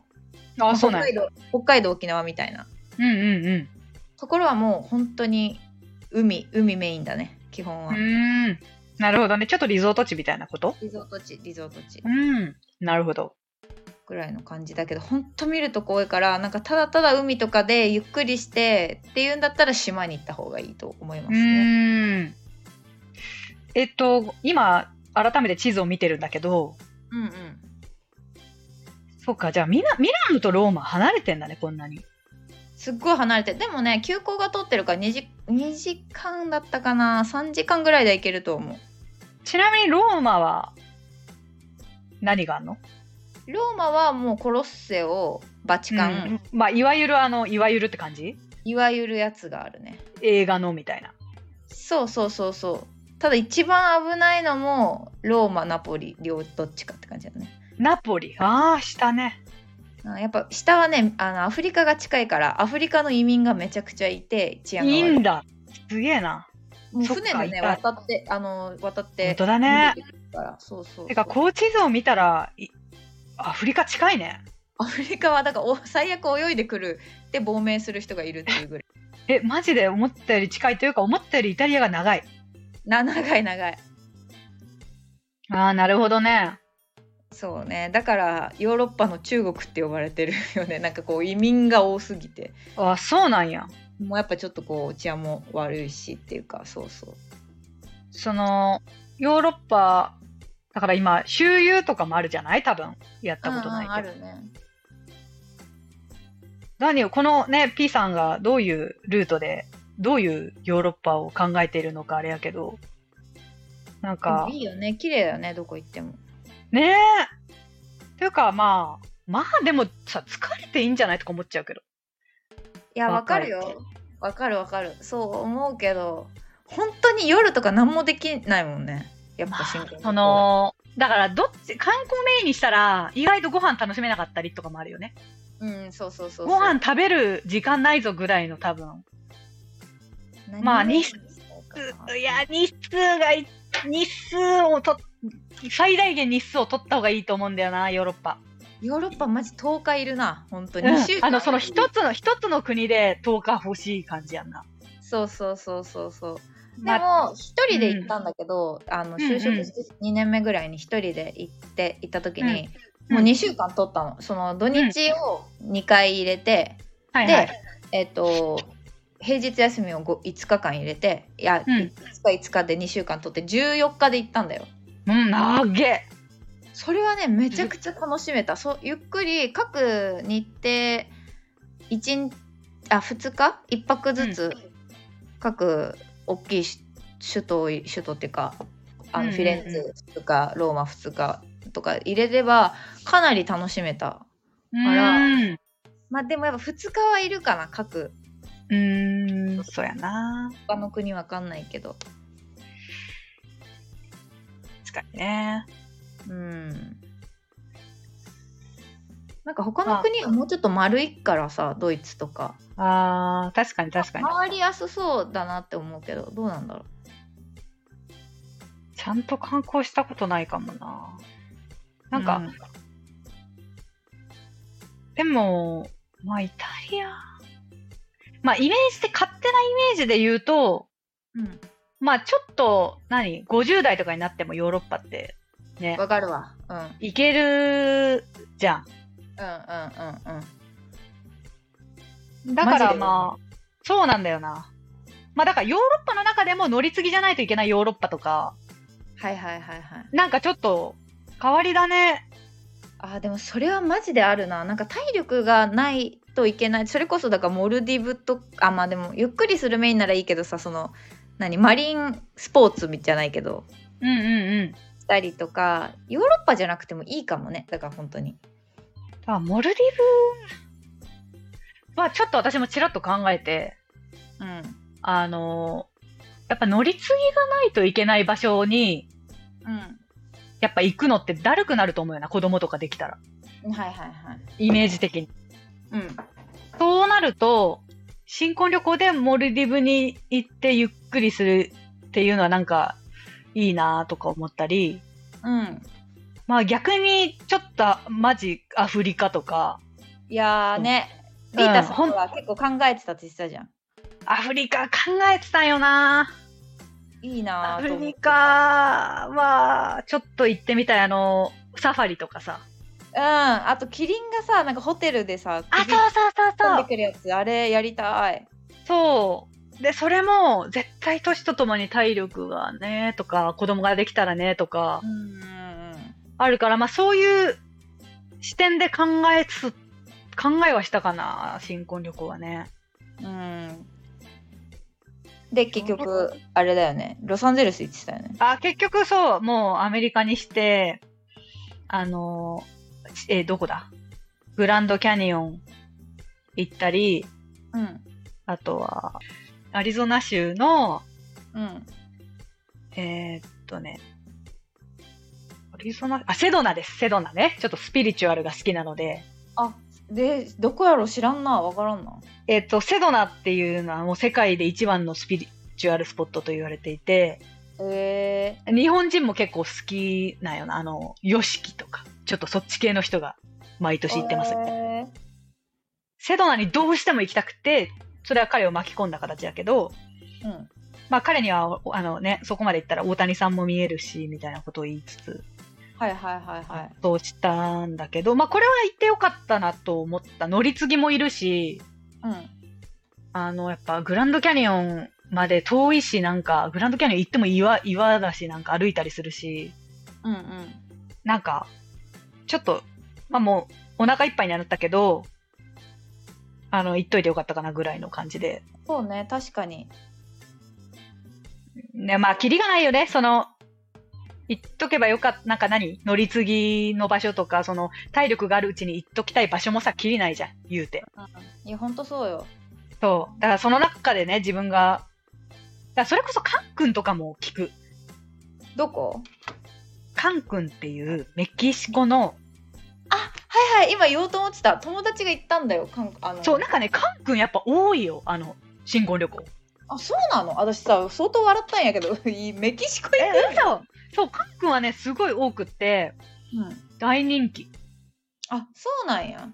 A: あそう
B: 北
A: なん
B: 海道北海道沖縄みたいな
A: うんうんうん
B: ところはもう本当に海海メインだね基本
A: う
B: は、
A: ーんなるほどねちょっとリゾート地みたいなこと
B: リゾート地リゾート地
A: うんなるほど
B: ぐらいの感じだけど本当見るとこ多いからなんかただただ海とかでゆっくりしてっていうんだったら島に行った方がいいと思います
A: う
B: ね、
A: ーんえっと今改めて地図を見てるんだけど
B: うん、うん
A: そうかじゃあミラミラノとローマ離れてんだねこんなに
B: すっごい離れてでもね急行が通ってるから 2, 時2時間だったかな3時間ぐらいで行けると思う
A: ちなみにローマは何があんの
B: ローマはもうコロッセオバチカン、
A: うんまあいわゆるあのいわゆるって感じ
B: いわゆるやつがあるね
A: 映画のみたいな
B: そうそうそうそうただ一番危ないのもローマナポリ両どっちかって感じだね
A: ナポリ。ああ、下ね。
B: あやっぱ下はねあのアフリカが近いからアフリカの移民がめちゃくちゃいて治安が
A: いい
B: 悪い
A: んだ。すげえな。
B: もう
A: そっか
B: 船で
A: 痛
B: ね
A: い
B: 渡ってあの渡っ
A: 本
B: て
A: 当だね。
B: 逃げてくからそうそうそう
A: てか、こう地図を見たら、いアフリカ近いね。
B: アフリカはだからお最悪泳いでくるで亡命する人がいるっていうぐらい
A: え、マジで思ったより近いというか、思ったよりイタリアが長い。
B: な長い長い
A: ああ、なるほどね。
B: そうねだからヨーロッパの中国って呼ばれてるよね なんかこう移民が多すぎて
A: ああ、そうなんや。
B: もうやっぱちょっとこう治安も悪いしっていうかそうそう
A: その、ヨーロッパ、だから今、周遊とかもあるじゃない多分。やったことないけど。
B: あるね
A: 何をこのね P さんがどういうルートでどういうヨーロッパを考えているのかあれやけどなんか
B: いいよね綺麗だよねどこ行っても
A: ねえというかまあまあでもさ疲れていいんじゃないとか思っちゃうけど
B: いやわ
A: わ
B: か
A: か
B: る
A: る
B: よわかるわかるそう思うけど本当に夜とか何もできないもんねやっぱ新婚旅行
A: そのだからどっち観光メインにしたら意外とご飯楽しめなかったりとかもあるよね
B: うんそうそうそうそう
A: ご飯食べる時間ないぞぐらいの多分
B: 何
A: まあ
B: に
A: 日
B: しようかない
A: や日数がい日数をと最大限日数を取った方がいいと思うんだよなヨーロッパ
B: ヨーロッパマジ10日いるな本当に、二週
A: うん、
B: 間
A: あのその一つの一つの国で10日欲しい感じやんな。
B: そうそうそうそうそうで
A: ま
B: も一人で行ったんだけど、あ
A: んう
B: の
A: ん
B: 就職して2年目ぐらいに一人で行って行った時に、
A: うん
B: もう2週間取ったのその土日を2回入れて、
A: はい
B: で、
A: はい、
B: えっ、と平日休みをご5日間入れていや、
A: うん
B: 5日5日で2週間取って14日で行ったんだよ
A: うん、なげ
B: それはねめちゃくちゃ楽しめたそうゆっくり各日程1あ2日1泊ずつ、各大きいし首都を首都っていうかあ
A: うんうんうん
B: のフィレンツェとかローマ2日とか入れればかなり楽しめた
A: う
B: ら
A: ーん
B: まあでもやっぱ2日はいるかな各
A: うーんそうやな
B: 他の国わかんないけど
A: 確かにね
B: うんなんか他の国はもうちょっと丸いからさドイツとか
A: あー確かに確かに
B: 回りやすそうだなって思うけどどうなんだろう
A: ちゃんと観光したことないかもななんか、
B: うん
A: でもまあイタリアまあイメージで勝手なイメージで言うと
B: うん
A: まあちょっと何50代とかになってもヨーロッパってね
B: わかるわうんうんうん
A: 行けるじゃん
B: うん
A: だか
B: マジ
A: ら
B: で
A: まあ、そうなんだよな。まあだからヨーロッパの中でも乗り継ぎじゃないといけないヨーロッパとか、
B: はいはいはいはい
A: なんかちょっと変わりだね。
B: あーでもそれはマジであるななんか体力がないといけないそれこそだからモルディブとあまあでもゆっくりするメインならいいけどさその何マリンスポーツじゃないけど
A: うんうんうん。だ
B: したりとかヨーロッパじゃなくてもいいかもねだから本当に
A: からモルディブはちょっと私もちらっと考えて、
B: うん
A: あのやっぱ乗り継ぎがないといけない場所に、やっぱ行くのってだるくなると思うよな、子供とかできたら。
B: うんはいはいはい
A: イメージ的に。
B: うん
A: そうなると、新婚旅行でモルディブに行ってゆっくりするっていうのはなんかいいなとか思ったり、
B: うん
A: まあ逆にちょっとマジアフリカとか、
B: いやーね、
A: うん
B: リータさ
A: ほ
B: ん
A: ん
B: は結構考えてたって言ってたじゃん
A: アフリカ考えてたんよない
B: いな
A: ア
B: ーと
A: フ
B: 思っ
A: リ
B: て
A: カはちょっと行ってみたい、あの、サファリとかさ。
B: うんあとキリンがさなんかホテルでさ
A: あ、そう
B: 首
A: そう
B: 飛
A: そ
B: んで
A: う
B: くるやつあれやりたい
A: そう。そう。で、それも絶対年とともに体力がねとか、子供ができたらねとか、
B: うんうんうん
A: あるから、まあそういう視点で考えつつ、考えはしたかな、新婚旅行はね。
B: うんで結局あれだよねロサンゼルス行ってたよね
A: あ、結局そう、もうアメリカにして、あの、え、どこだグランドキャニオン行ったり、
B: うん
A: あとは、アリゾナ州の、
B: うん
A: えーっとね。アリゾナ、あ、セドナです。セドナね。ちょっとスピリチュアルが好きなので。
B: で、どこやろ知らんな、わからんな。
A: えっと、セドナっていうのはもう世界で一番のスピリチュアルスポットと言われていて、
B: え
A: 日本人も結構好きなよな。あの、ヨシキとか、ちょっとそっち系の人が毎
B: ー、
A: 年行ってます。
B: えー
A: セドナにどうしても行きたくて、それは彼を巻き込んだ形だけど、
B: うん。
A: まあ彼には、あのね、そこまで行ったら大谷さんも見えるし、みたいなことを言いつつ、
B: はいはいはいはい。
A: そうしたんだけど、まあこれは行ってよかったなと思った。乗り継ぎもいるし、
B: うん。
A: あの、やっぱグランドキャニオンまで遠いし、なんか、グランドキャニオン行っても岩、岩だし、なんか歩いたりするし、
B: うんうん。
A: なんか、ちょっと、まあもう、お腹いっぱいになったけど、あの、行っといてよかったかなぐらいの感じで。
B: そうね、確かに。
A: ね、まあ、キリがないよね、その、行っとけばよかった、なんか何乗り継ぎの場所とか、その、体力があるうちに行っときたい場所もさ、キリないじゃん、言うて。
B: いや、ほんとそうよ。
A: そう。だからその中でね、自分が、だからそれこそカン君とかも聞く。
B: どこ
A: カン君っていうメキシコの、
B: はいはい、今言おうと思ってた。友達が行ったんだよ。かんあの
A: そう、なんかね、カン君やっぱ多いよ、あの、新婚旅行。
B: あ、そうなの私さ、相当笑ったんやけど、 いいメキシコ行って
A: え、嘘そう、カン君はね、すごい多くって、
B: うん。
A: 大人気。
B: あ、そうなん
A: う
B: や。
A: ん。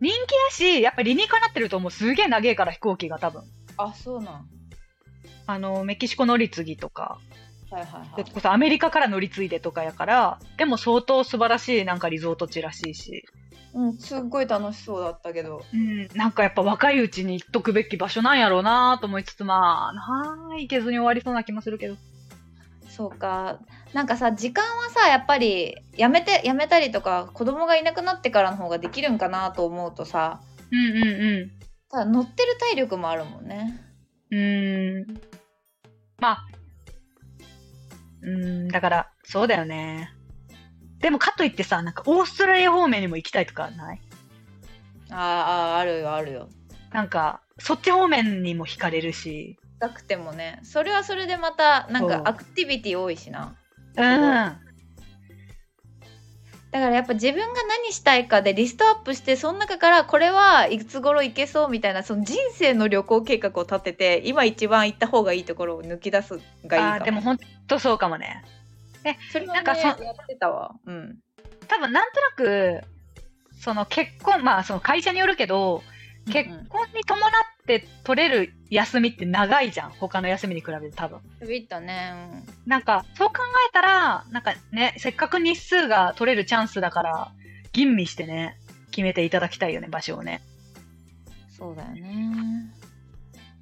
A: 人気だし、やっぱ理にかなってると思う。すげえ長えから飛行機が多分。
B: あ、そうなん。
A: あの、メキシコ乗り継ぎとか、
B: はいはいは
A: で
B: い
A: こ。そアメリカから乗り継いでとかやから、でも相当素晴らしいなんかリゾート地らしいし、
B: うん、すっごい楽しそうだったけど。
A: うん、なんかやっぱ若いうちに行っとくべき場所なんやろうなと思いつつ、まあ、なあ、行けずに終わりそうな気もするけど。
B: そうか。なんかさ、時間はさ、やっぱり、やめて、やめたりとか、子供がいなくなってからの方ができるんかなと思うとさ、
A: うんうんうん。
B: ただ乗ってる体力もあるもんね。
A: うーん。まあ。うーん、だから、そうだよね。でもかといってさ、なんかオーストラリア方面にも行きたいとかない
B: あーあー、あるよ、あるよ。
A: なんか、そっち方面にも惹かれるし。
B: なくてもね、それはそれでまた、なん
A: そ
B: か
A: う
B: アクティビティ多いしな。
A: うん。
B: だからやっぱ自分が何したいかでリストアップしてその中からこれはいつ頃行けそうみたいなその人生の旅行計画を立てて今一番行った方がいいところを抜き出すがいいか
A: あーでも本当そうかもね。
B: それは、
A: な
B: ね、
A: んかそ
B: やってたわうん
A: 多分なんとなく、その結婚、まあその会社によるけど、結婚に伴って取れる休みって長いじゃん。他の休みに比べて多分。
B: ビットね、
A: なんか、そう考えたら、なんかね、せっかく日数が取れるチャンスだから、吟味してね、決めていただきたいよね、場所をね。
B: うん、そうだよね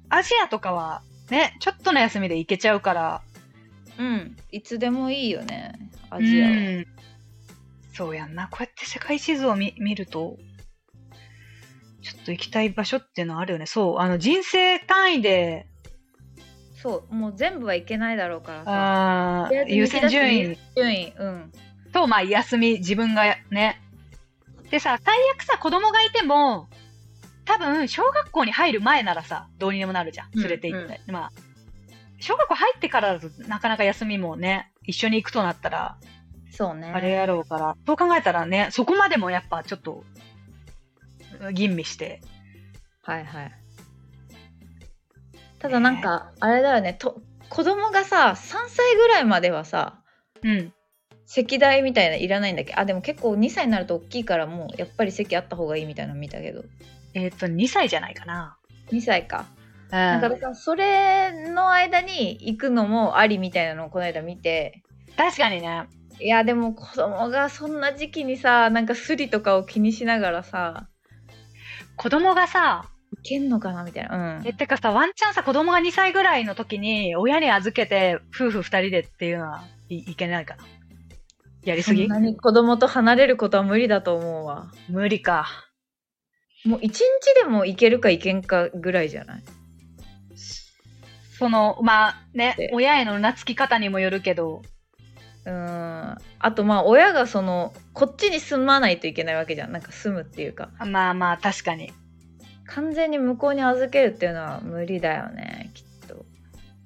A: アジアとかは、ね、ちょっとの休みで行けちゃうから、
B: うんいつでもいいよねアジア
A: う
B: は、
A: んそうやんな。こうやって世界地図を見見ると、ちょっと行きたい場所っていうのはあるよね。そう、あの、人生単位で、
B: そうもう全部はいけないだろうからさ
A: あ
B: とりあえ
A: ー
B: ず
A: 優先順
B: 抜
A: 位
B: き出す順位うん
A: と、まあ、休み、自分がね。でさ、最悪さ、子供がいても、多分、小学校に入る前ならさ、どうにでもなるじゃん。
B: うん
A: 連れて行ったり。まあ、小学校入ってからだと、なかなか休みもね、一緒に行くとなったら、
B: そうね
A: あれやろうから、そう考えたらね、そこまでもやっぱちょっと、吟味して。
B: はいはい。ただなんか、あれだよね、と子供がさ、3歳ぐらいまではさ、
A: うん。
B: 席代みたいないらないんだっけあ、でも結構2歳になると大きいから、もうやっぱり席あった方がいいみたいなの見たけど、
A: えっ、と、2歳じゃないかな。
B: 2歳か。
A: う
B: なんか
A: ん
B: だからそれの間に行くのもありみたいなのをこの間見て、
A: 確かにね。
B: いや、でも子供がそんな時期にさ、なんかスリとかを気にしながらさ、
A: 子供がさ、
B: 行けんのかなみたいな。うん
A: え、。てかさ、ワンチャンさ、子供が2歳ぐらいの時に、親に預けて、夫婦2人でっていうのはい、いけないかな。やりすぎ
B: そんなに子供と離れることは無理だと思うわ。
A: 無理か。
B: もう一日でも行けるか行けんかぐらいじゃない
A: その、まあ
B: で
A: ね、親への懐き方にもよるけど、
B: うーんあとまあ親がそのこっちに住まないといけないわけじゃんなんか住むっていうか
A: まあまあ、確かに。
B: 完全に向こうに預けるっていうのは無理だよねきっと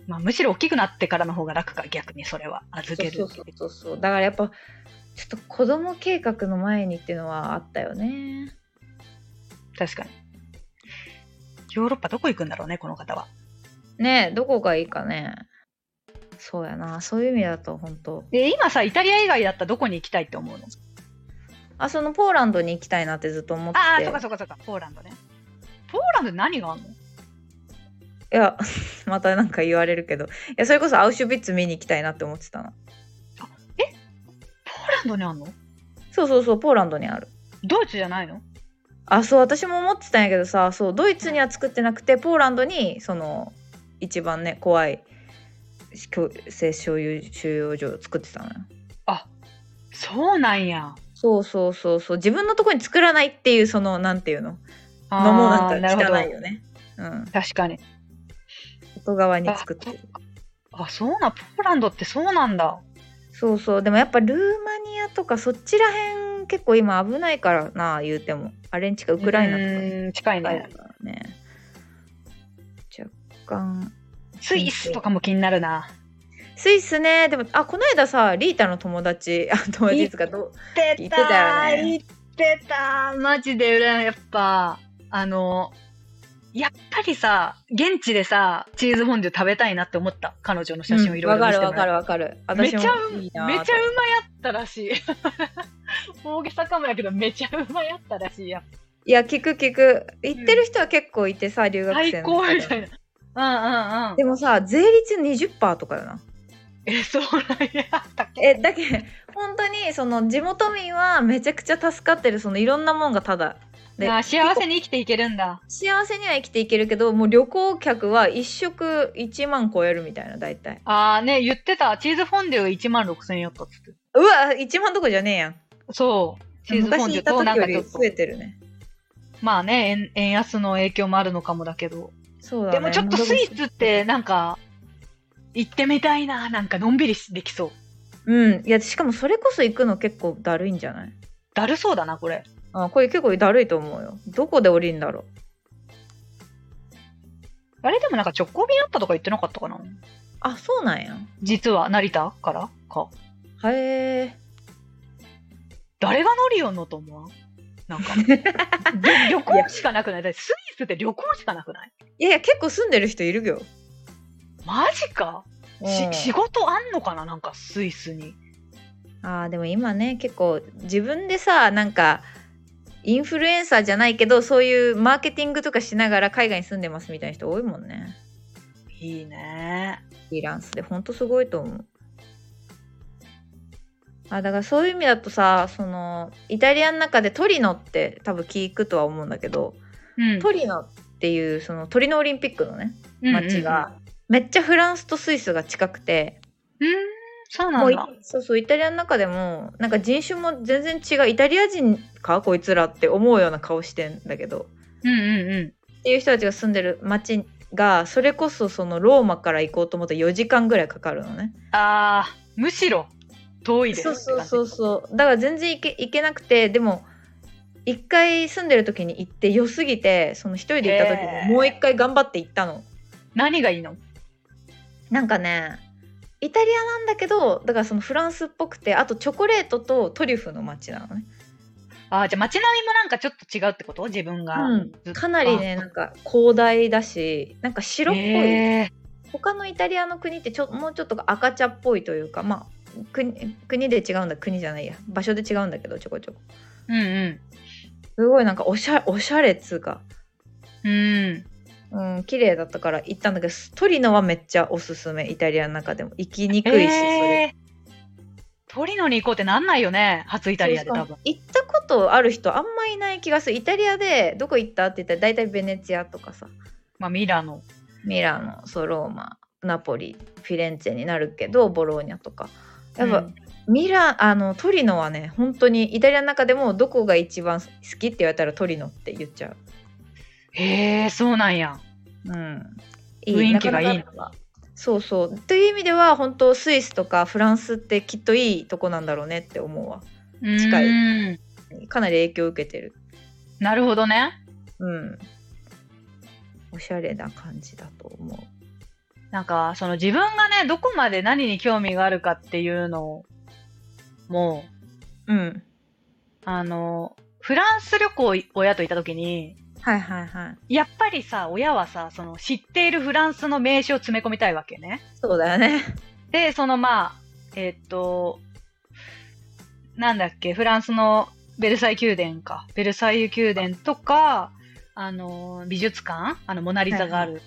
A: まあ、むしろ大きくなってからの方が楽か逆にそれは預ける
B: そうそうそうそうだからやっぱちょっと子供計画の前にっていうのはあったよね
A: 確かにヨーロッパどこ行くんだろうねこの方は
B: ねえどこがいいかねそうやなそういう意味だと本当
A: で今さイタリア以外だったらどこに行きたいって思うの
B: あそのポーランドに行きたいなってずっと思って
A: ああそ
B: て
A: っかそっかそっかポーランドねポーランド何があんの
B: いや またなんか言われるけどいやそれこそアウシュビッツ見に行きたいなって思ってたの
A: ポーランドにあんの
B: そうそうそうポーランドにある
A: ドイツじゃないの
B: あそう私も思ってたんやけどさそうドイツには作ってなくてポーランドにその一番ね怖い強制収容収容所を作ってたのよ
A: あそうなんや
B: そうそうそうそう自分のとこに作らないっていうそのなんていうの
A: あ
B: の
A: ー
B: もなんか
A: るほ
B: 汚
A: ど
B: いよねうん
A: 確かに
B: 外側に作ってる
A: あそうなんポーランドってそうなんだ
B: そうそうでもやっぱルーマニアとかそっちらへん結構今危ないからな言うてもあれに近いウクライナとかに
A: とか近い
B: 近いか
A: ね
B: らね若干
A: スイスとかも気になるな
B: スイスねでもあこの間さリータの友達 あ友達ですかどう
A: 言
B: 言ってたよね
A: 言ってたマジで羨まやっぱあのやっぱりさ現地でさチーズフォンデュ食べたいなって思った彼女の写真をいろいろ見
B: わ
A: せ
B: か
A: て
B: るわ
A: もら
B: か
A: っ
B: るわかる
A: てめ
B: 私
A: ち
B: も
A: ゃ
B: い
A: め
B: いな
A: ちゃうまやったらしい大げさかもやけどめちゃうまやったらしいやっぱ
B: いや聞く聞く行ってる人は結構いてさ留学生
A: 最
B: の
A: 高み
B: 人
A: た
B: で
A: いなうんうんうん
B: でもさ税率20%とかよな
A: えそうなんやったっけ
B: えだけど本当にその地元民はめちゃくちゃ助かってるそのいろんなもんがただで
A: あ幸せに生きていけるんだ
B: 幸せには生きていけるけどもう旅行客は一食1万超えるみたいな大体
A: ああね言ってたチーズフォンデュが1万6000円やったっつって
B: うわ1万どこじゃねえやん
A: そうチーズフォン
B: 昔
A: デュ
B: いた
A: となん
B: 時よ
A: かちょ
B: り
A: っと
B: 増えてるね
A: まあね円円安の影響もあるのかもだけど
B: そうだね
A: でもちょっとスイーツってなんか行ってみたいななんかのんびりできそう
B: うんいやしかもそれこそ行くの結構だるいんじゃない
A: だるそうだなこれ
B: あこれ結構だるいと思うよどこで降りるんだろう
A: あれでもなんか直行便あったとか言ってなかったかな
B: あそうなんや
A: 実は成田からか
B: へえ
A: 誰が乗りよんのと思わんなん か旅旅行しかなくないだってスイスって旅行しかなくない
B: いやいや結構住んでる人いるよ、
A: マジかし
B: うん
A: 仕事あんのかななんかスイスに
B: あーでも今ね結構自分でさなんかインフルエンサーじゃないけどそういうマーケティングとかしながら海外に住んでますみたいな人多いもんね
A: いいね
B: フリーランスでほんとすごいと思うあだからそういう意味だとさそのイタリアの中でトリノって多分聞くとは思うんだけど、
A: うん
B: トリノっていうそのトリノオリンピックのね
A: うんうん
B: 街が、めっちゃフランスとスイスが近くて
A: うんそうな
B: もうんい
A: だ
B: そうそうイタリアの中でもなんか人種も全然違うイタリア人かこいつらって思うような顔してんだけど
A: うんうんうん
B: っていう人たちが住んでる街がそれこそそのローマから行こうと思ったら4時間ぐらいかかるのね。
A: あーむしろ遠いです
B: そうそう
A: う
B: そうそうだから全然行け行けなくてでも一回住んでる時に行って良すぎてその一人で行った時
A: へ
B: に
A: ー
B: もう一回頑張って行ったの。
A: 何がいいの
B: なんかねイタリアなんだけどだからそのフランスっぽくてあとチョコレートとトリュフの街なのね。
A: あーじゃあ街並みもなんかちょっと違うってこと自分が、
B: うん、かなりねなんか広大だしなんか白っぽい、
A: へ
B: 他のイタリアの国ってちょもうちょっと赤茶っぽいというかまあ国国で違うんだ国じゃないや場所で違うんだけどちょこちょこ
A: ーうん
B: すごいなんかおしゃおしゃれっつうか、
A: うんうん
B: うん綺麗だったから行ったんだけどトリノはめっちゃおすすめイタリアの中でも行きにくいし、
A: えートリノに行こうってなんないよね初イ
B: そ
A: タ
B: れ
A: リアで多
B: そう
A: 分
B: そう行ったことある人あんまいない気がするイタリアでどこ行ったって言ったら大体ベネチアとかさ
A: まあミラノ
B: ミラノそうローマナポリフィレンツェになるけどボローニャとかやっぱ、
A: うん
B: ミラあのトリノはね本当にイタリアの中でもどこが一番好きって言われたらトリノって言っちゃう、
A: へえそうなんや
B: うん、
A: 雰囲気がいい
B: なかなかそうそうという意味では本当スイスとかフランスってきっといいとこなんだろうねって思うわ近い
A: うん
B: かなり影響を受けてる
A: なるほどね
B: うんおしゃれな感じだと思う
A: なんか、その自分がね、どこまで何に興味があるかっていうのを、もう、
B: うん。
A: あの、フランス旅行い親と行った時に、
B: はいはいはい。
A: やっぱりさ、親はさ、その知っているフランスの名詞を詰め込みたいわけね。
B: そうだよね。
A: で、そのまあ、えっと、なんだっけ、フランスのベルサイユ宮殿か。ベルサイユ宮殿とか、あの、美術館あの、モナリザがある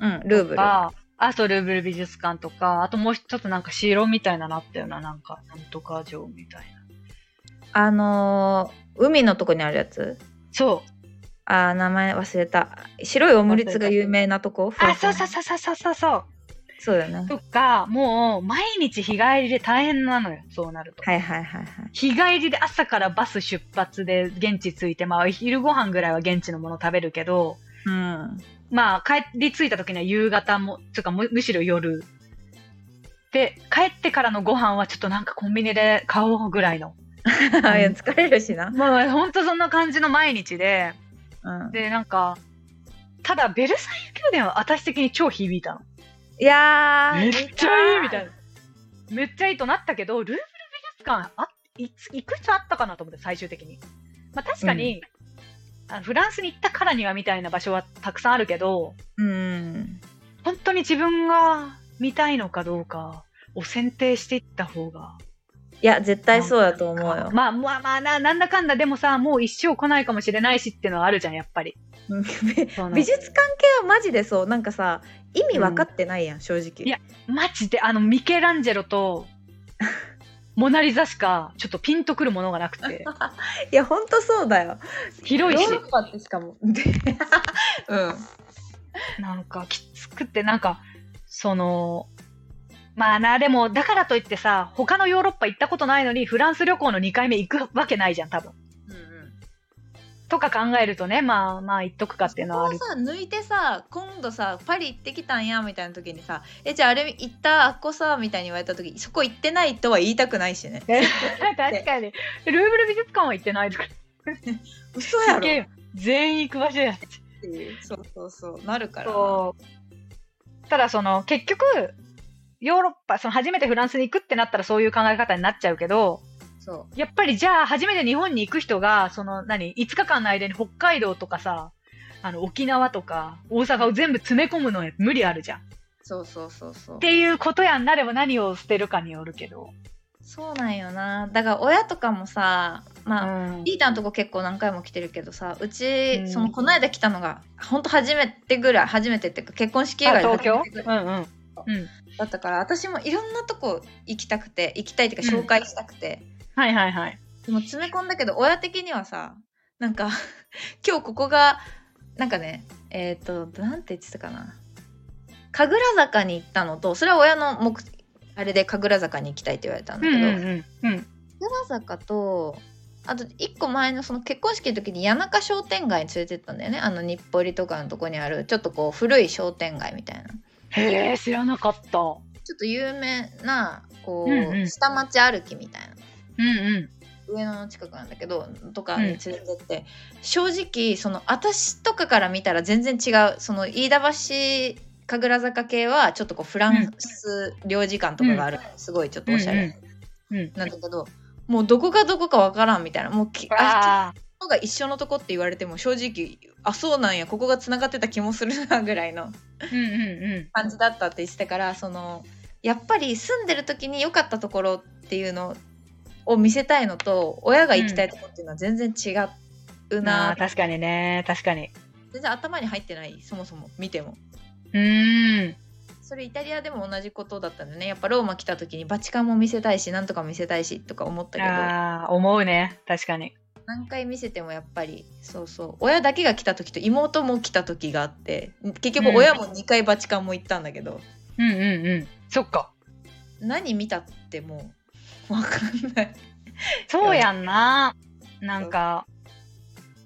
B: うん、ルーブ
A: と
B: ル。
A: か、あとルーブル美術館とか、あともうちょっとなんか城みたいなのあったよな、なんか、なんとか城みたいな。
B: あのー海のとこにあるやつ
A: そう。
B: あー名前忘れた白いオムレツが有名なとこふ
A: あ、
B: わふ
A: そう
B: わ
A: そうそうそうそうそう。
B: そうだよね
A: とか、もう毎日日帰りで大変なのよ、そうなると。
B: はいはいはいはい
A: 日帰りで朝からバス出発で現地着いて、まあ、昼ご飯ぐらいは現地のもの食べるけど、
B: うん
A: まあ、帰り着いた時には夕方も、つうかむむしろ夜。で、帰ってからのご飯はちょっとなんかコンビニで買おうぐらいの。
B: いや疲れるしな
A: もうほんとそんな感じの毎日で、
B: うん
A: で、なんか、ただ、ベルサイユ宮殿は私的に超響いたの。
B: いやー
A: めっちゃいいみたいな。めっちゃいいとなったけど、ルーブル美術館あいつ、いくつあったかなと思って、最終的に。まあ確かに、あのフランスに行ったからにはみたいな場所はたくさんあるけど、
B: うん
A: 本当に自分が見たいのかどうかを選定していった方が。
B: いや絶対そうだと思うよ
A: まあまあまあな、なんだかんだでもさ、もう一生来ないかもしれないしっていうのはあるじゃん、やっぱり。
B: うん
A: その
B: 美術関係はマジでそうなんかさ意味分かってないやん正直
A: いやマジで、あの、ミケランジェロと、モナリザしか、ちょっとピンとくるものがなく て、
B: いやほんとそうだよ
A: 広いし
B: ヨー。ロッパってしかもで うん
A: なんかきつくってなんかそのまあなでもだからといってさ他のヨーロッパ行ったことないのにフランス旅行の2回目行くわけないじゃん多分とか考えるとねまあまあ行っとくかっていうのはあ
B: こ
A: る
B: うさ抜いてさ今度さパリ行ってきたんやみたいな時にさ「えじゃああれ行ったあっこさ」みたいに言われた時そこ行ってないとは言いたくないしね
A: 確かにルーブル美術館は行ってないとか
B: 嘘やろっ
A: すげえよ全員行く場所や
B: ていうそうそうそうなるから
A: そうただその結局ヨーロッパその初めてフランスに行くってなったらそういう考え方になっちゃうけど
B: そ
A: やっぱりじゃあ初めて日本に行く人がその何5日間の間に北海道とかさあの沖縄とか大阪を全部詰め込むのは無理あるじゃん。っ
B: うそうそうそうそう
A: ていうことやんなれば何を捨てるかによるけど。
B: そうなんよなだから親とかもさまあ、
A: うん
B: リータのとこ結構何回も来てるけどさうち、
A: うん
B: そのこの間来たのがほんと初めてぐらい初めてっていうか結婚式以
A: あ東
B: 外初
A: 京
B: めてぐらい
A: うんうん。うん。
B: だったから私もいろんなとこ行きたくて行きたいっていうか紹介したくて、
A: はいはいはい。
B: でも詰め込んだけど親的にはさなんか 今日ここがなんかねえっ、となんて言ってたかな神楽坂に行ったのとそれは親の目あれで神楽坂に行きたいって言われたんだ
A: う
B: けど、
A: んうん
B: 神
A: うん。うん
B: 楽坂とあと一個前のその結婚式の時に谷中商店街に連れてったんだよねあの日暮里とかのとこにあるちょっとこう古い商店街みたいな
A: へえ知らなかった。う
B: ちょっと有名なこう、
A: うんうん
B: 下町歩きみたいなん
A: うん。
B: 上野の近くなんだけどとかに連れてって、正直その私とかから見たら全然違うその飯田橋神楽坂系はちょっとこうフランス領事館とかがある、すごいちょっとおしゃれ
A: うんうん
B: なんだけど、もうどこがどこかわからんみたいなもうきあっ
A: ああ
B: ちの方が一緒のとこって言われても正直あそうなんやここがつながってた気もするなぐらいの
A: うんうん
B: 感じだったって言ってたからそのやっぱり住んでる時に良かったところっていうのを見せたいのと親が行きたいところっていうのは全然違う
A: うん。
B: な、
A: まあ確かにね確かに。
B: 全然頭に入ってないそもそも見ても
A: うーん。
B: それイタリアでも同じことだったんだよねやっぱローマ来た時にバチカンも見せたいしなんとか見せたいしとか思ったけど
A: ああ思うね確かに。
B: 何回見せてもやっぱりそうそう親だけが来た時と妹も来た時があって結局親も2回バチカンも行ったんだけど、
A: うんうんうん。そっか。
B: 何見たってもう分かんない。
A: そうやんな。なんか、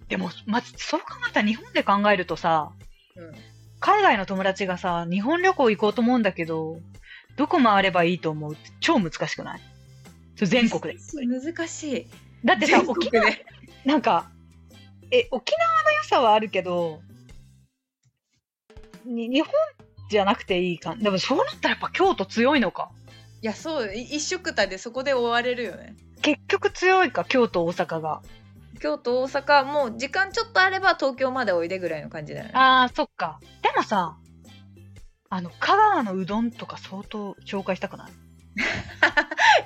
A: でも、まず、そう考えたら日本で考えるとさ、
B: うん
A: 海外の友達がさ、日本旅行行こうと思うんだけど、どこ回ればいいと思うって超難しくないそう全国で。
B: 難しい
A: だってさ、
B: 全国
A: 沖
B: で
A: 縄、なんか、え、沖縄の良さはあるけど、に日本じゃなくていい感じ。でもそうなったらやっぱ京都強いのか。
B: いやそうよい一色たでそこで終われるよね
A: 結局強いか、京都、大阪が。
B: 京都大阪もう時間ちょっとあれば東京までおいでぐらいの感じだよね
A: ああ、そっか。でもさ、あの、香川のうどんとか相当紹介したくない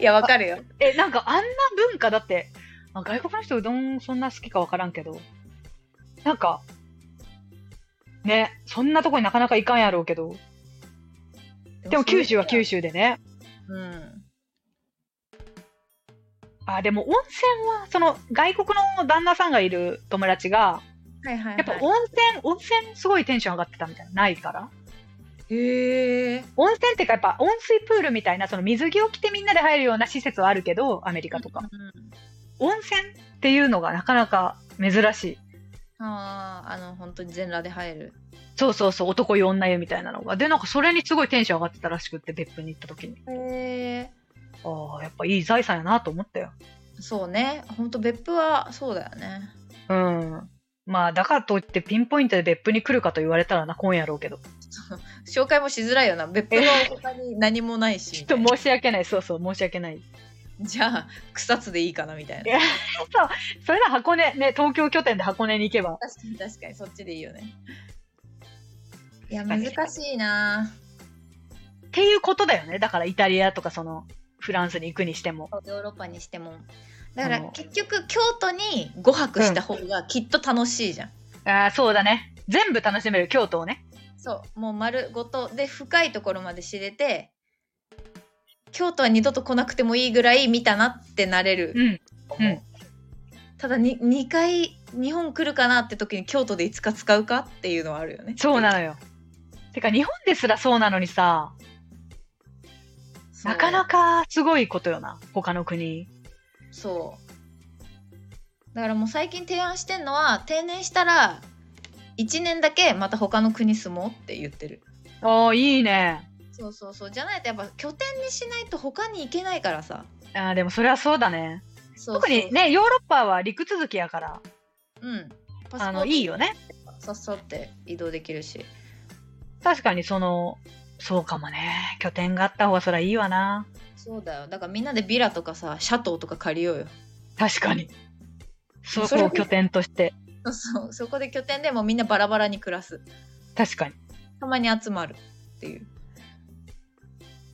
B: いやわかるよ
A: え、なんかあんな文化だって、あ外国の人うどんそんな好きかわからんけど、なんか、ね、そんなとこになかなか行かんやろうけど、でも九州は九州でね。
B: うん
A: あ、でも温泉は、その外国の旦那さんがいる友達が、
B: はいはい、はい、
A: やっぱ温泉、温泉すごいテンション上がってたみたいな、ないから。
B: へえ
A: 温泉ってかやっぱ温水プールみたいな、その水着を着てみんなで入るような施設はあるけど、アメリカとか。温泉っていうのがなかなか珍しい。
B: あああの本当に全裸で入る
A: そうそうそう、男湯女湯みたいなのが。で、なんかそれにすごいテンション上がってたらしくって、別府に行った時に。
B: へえ
A: ああ、やっぱいい財産やなと思ったよ。
B: そうね本当別府はそうだよね
A: うん。まあ、だからといってピンポイントで別府に来るかと言われたらな、今やろうけど。
B: 紹介もしづらいよな別府の他に何もないし
A: ちょっと申し訳ない、そうそう、申し訳ない。
B: じゃあ草津でいいかなみたい
A: い
B: な
A: やそれなら箱根、ね、東京拠点で箱根に行けば。
B: 確かに確かにそっちでいいよねいや
A: 確か
B: 難
A: に
B: しいな
A: っていうことだよね。だからイタリアとかその、フランスに行くにしても。
B: ヨーロッパにしてもだから
A: あの
B: 結局京都に5泊した方がきっと楽しいじゃん、
A: ああ、そうだね。全部楽しめる、京都をね。
B: そうもう丸ごとで深いところまで知れて京都は二度と来なくてもいいぐらい見たなってなれる
A: うん。
B: と思う、
A: うん
B: ただに2回日本来るかなって時に京都でいつか使うかっていうのはあるよね
A: そうなのよ。てか、日本ですらそうなのにさ、
B: そう
A: なかなかすごいことよな、他の国。
B: そうだからもう最近提案してんのは定年したら1年だけまた他の国住もうって言ってる
A: ああ、いいね。
B: そうそうそうじゃないとやっぱ拠点にしないと他に行けないからさ
A: ああ、でもそれはそうだね。
B: そうそう
A: 特にね、ヨーロッパは陸続きやから、
B: うんパスポー
A: あ
B: ト
A: の、いいよね。
B: さっさって移動できるし
A: 確かにその、そうかもね。拠点があった方がそりゃいいわな。
B: そうだよだからみんなでビラとかさシャトーとか借りようよ
A: 確かに。そ
B: それ
A: こを拠点として。
B: そうそうそこで拠点でもうみんなバラバラに暮らす
A: 確かに。
B: たまに集まるっていう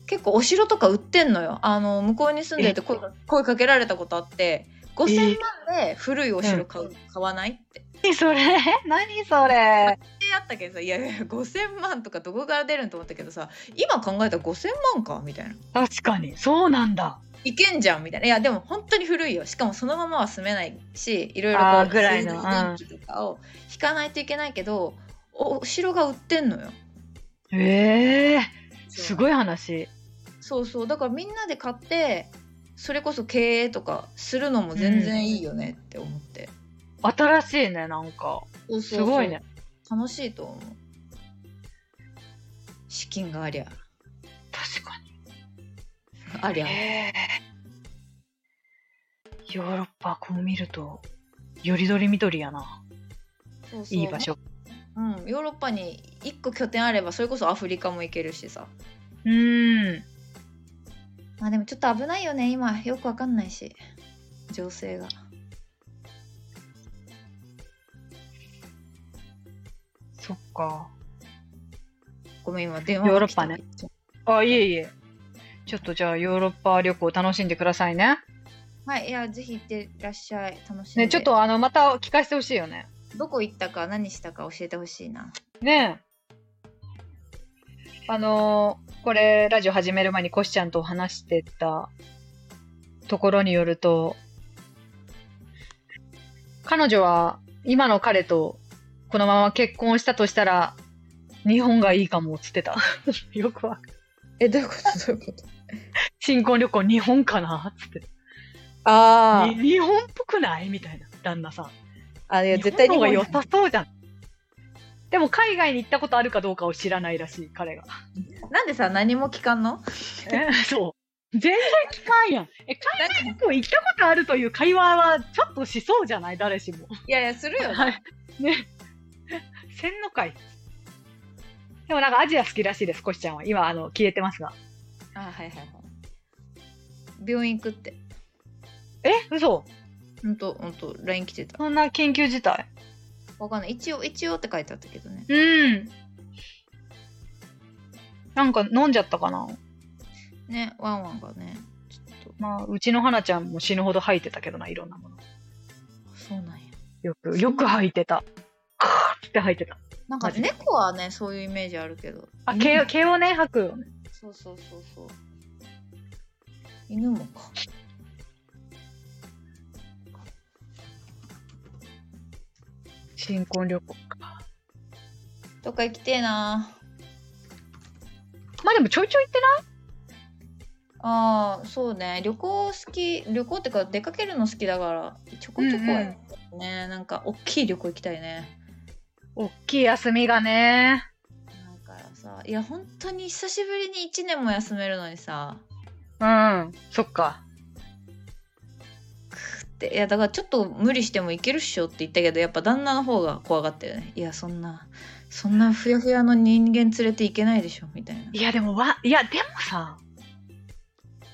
B: 結構お城とか売ってんのよあの向こうに住んでて声か声かけられたことあって5,000万で古いお城買う、買わないって
A: 何それ 何それ
B: であったけどさいやいや5,000万とかどこから出るんと思ったけどさ今考えたら5,000万かみたいな
A: 確かに。そうなんだ。
B: いけんじゃんみたいないやでも本当に古いよしかもそのままは住めないしいろいろ
A: あ
B: こ
A: ー
B: う
A: ぐらいの
B: 水道電気とかを引かないといけないけど、おお城が売ってんのよ
A: ええすごい話。
B: そうそうだからみんなで買ってそれこそ経営とかするのも全然いいよねって思って、
A: 新しいね、なんか。
B: そうそう
A: す
B: そう
A: ごいね。
B: 楽しいと思う資金がありゃ
A: 確かに。
B: ありゃ
A: へーヨーロッパこう見るとよりどりみどりやな
B: そうそう
A: いい場所
B: うんヨーロッパに一個拠点あればそれこそアフリカも行けるしさ
A: うーん
B: まあでもちょっと危ないよね今よくわかんないし情勢が
A: そっか
B: ごめん今電話
A: ヨーロッパねあいえいえちょっとじゃあヨーロッパ旅行楽しんでくださいね
B: はいいやぜひ行ってらっしゃい楽しんで、
A: ねちょっとあのまた聞かせてほしいよね
B: どこ行ったか何したか教えてほしいな
A: ねえあのーこれラジオ始める前にコシちゃんと話してたところによると彼女は今の彼とこのまま結婚したとしたら日本がいいかもっつってた よくは
B: えどういうことどういうこと
A: 新婚旅行日本かなっつって
B: あ
A: に日本っぽくないみたいな旦那さん
B: あいや
A: 日
B: 絶対
A: 本
B: 日
A: の方が
B: 本
A: 良さそうじゃんでも海外に行ったことあるかどうかを知らないらしい彼が
B: なんでさ何も聞かんの
A: えそう。全然聞かんやん。え、海外旅行行ったことあるという会話はちょっとしそうじゃない誰しも。
B: いやいやするよ、
A: はい。ね。せんのかい。でもなんかアジア好きらしいです、コシちゃんは。今、あの、消えてますが。
B: あはいはいはい病院行くって
A: え嘘
B: ほんとほんと LINE 来てた
A: そんな緊急事態
B: わかんない一応一応って書いてあったけどね
A: うん。なんか飲んじゃったかな。
B: ねワンワンがねちょっと
A: まあ、うちの花ちゃんも死ぬほど吐いてたけどな、いろんなもの。
B: そうなんや
A: よく、よく吐いてた。カーって吐いてた。
B: なんか
A: マジで
B: 猫はねそういうイメージあるけど
A: あ、
B: 犬
A: 毛毛をね、吐くよね。
B: そうそうそうそう犬もか
A: 新婚旅行か。
B: どっか行きてえな
A: まあでもちょいちょい行ってない
B: ああそうね旅行好き旅行ってか出かけるの好きだからちょこちょこはね、なんか大きい旅行行きたいね
A: 大きい休みがね。
B: だからさいや本当に久しぶりに1年も休めるのにさ
A: うん。そっか。
B: っていやだからちょっと無理してもいけるっしょって言ったけどやっぱ旦那の方が怖がったよねいやそんなそんなふやふやの人間連れていけないでしょみたいない
A: やでもわ、いやでもさ、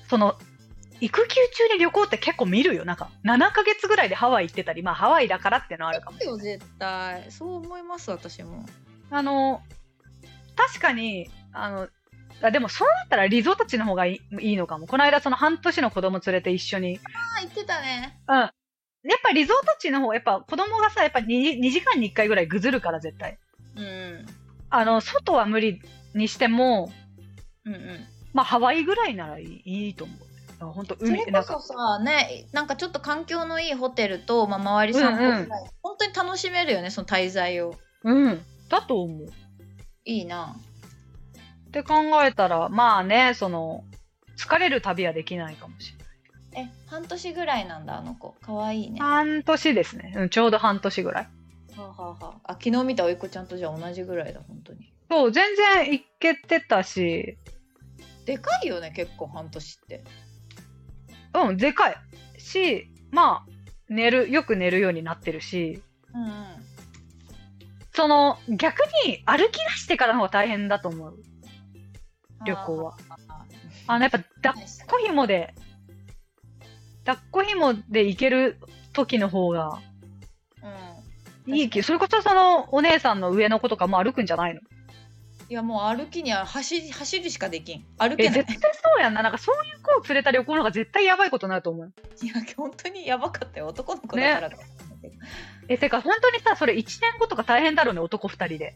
A: その、育休中に旅行って結構見るよ。なんか、7ヶ月ぐらいでハワイ行ってたり、まあハワイだからってのはあるかも。
B: よ絶対そう思います私も
A: あの、確かに、あの、あでもそうなったらリゾート地の方がいいいいのかも。この間その半年の子供連れて一緒に。
B: あ言ってたね
A: うん。やっぱリゾート地の方、やっぱ子供がさ、やっぱ 2, 2時間に1回ぐらいぐずるから絶対。
B: うん
A: あの、外は無理にしても、
B: うんうん
A: まあハワイぐらいならいいいいと思う。あ本当
B: それ
A: 海、な
B: こ
A: んか
B: そ、さねなんかちょっと環境のいいホテルと、まあ、周りさんぐらい、
A: うんうん
B: 本当に楽しめるよねその滞在を
A: うん。だと思う。
B: いいな
A: って考えたら、まあね、その、疲れる旅はできないかもしれない。
B: え半年ぐらいなんだあの子かわいいねは
A: 半年ですね。うん、ちょうど半年ぐらい。
B: あはあはああ昨日見たおいっ子ちゃんとじゃあ同じぐらいだ本当に
A: そう、全然いけてたし、
B: でかいよね結構半年って
A: うん、でかいし、まあ、寝る、よく寝るようになってるし、
B: うんうん
A: その、逆に歩き出してからの方が大変だと思う、旅行は。
B: あ
A: あの、やっぱ、抱っ
B: っ
A: こ紐で、抱っこ紐で行ける時の方がいい気、それこそその、お姉さんの上の子とかも歩くんじゃないの
B: いやもう歩きには走り走るしかできん歩
A: え、
B: けない
A: 絶対そうやんな。なんか、そういう子を連れた旅行の方が絶対やばいことになると思う。
B: いや本当にやばかったよ男の子だからだと思うけど、
A: え、てか、本当にさ、それ1年後とか大変だろうね、男2人で。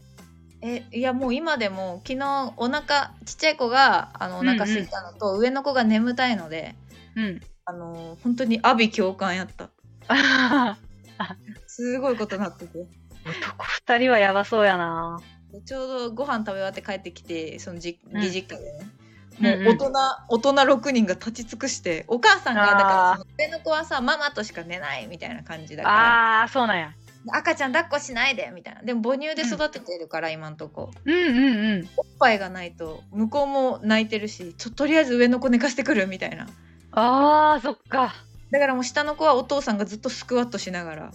B: えいやもう今でも昨日お腹ちっちゃい子があのお腹空いたのと、上の子が眠たいので
A: うん。
B: あの本当に阿鼻共感やったすごいことなってて
A: 男二人はやばそうやな
B: でちょうどご飯食べ終わって帰ってきてそのじ
A: うん
B: 義実家でね、
A: うん
B: も
A: う
B: うん大人、大人6人が立ち尽くしてお母さんがだから
A: あー
B: その上の子はさママとしか寝ないみたいな感じだか
A: あーそうなんや
B: ら赤ちゃん抱っこしないでみたいなでも母乳で育ててるから、今んとこ
A: うんうんうん
B: おっぱいがないと向こうも泣いてるしちょとりあえず上の子寝かしてくるみたいな
A: あーそっか
B: だからもう下の子はお父さんがずっとスクワットしながら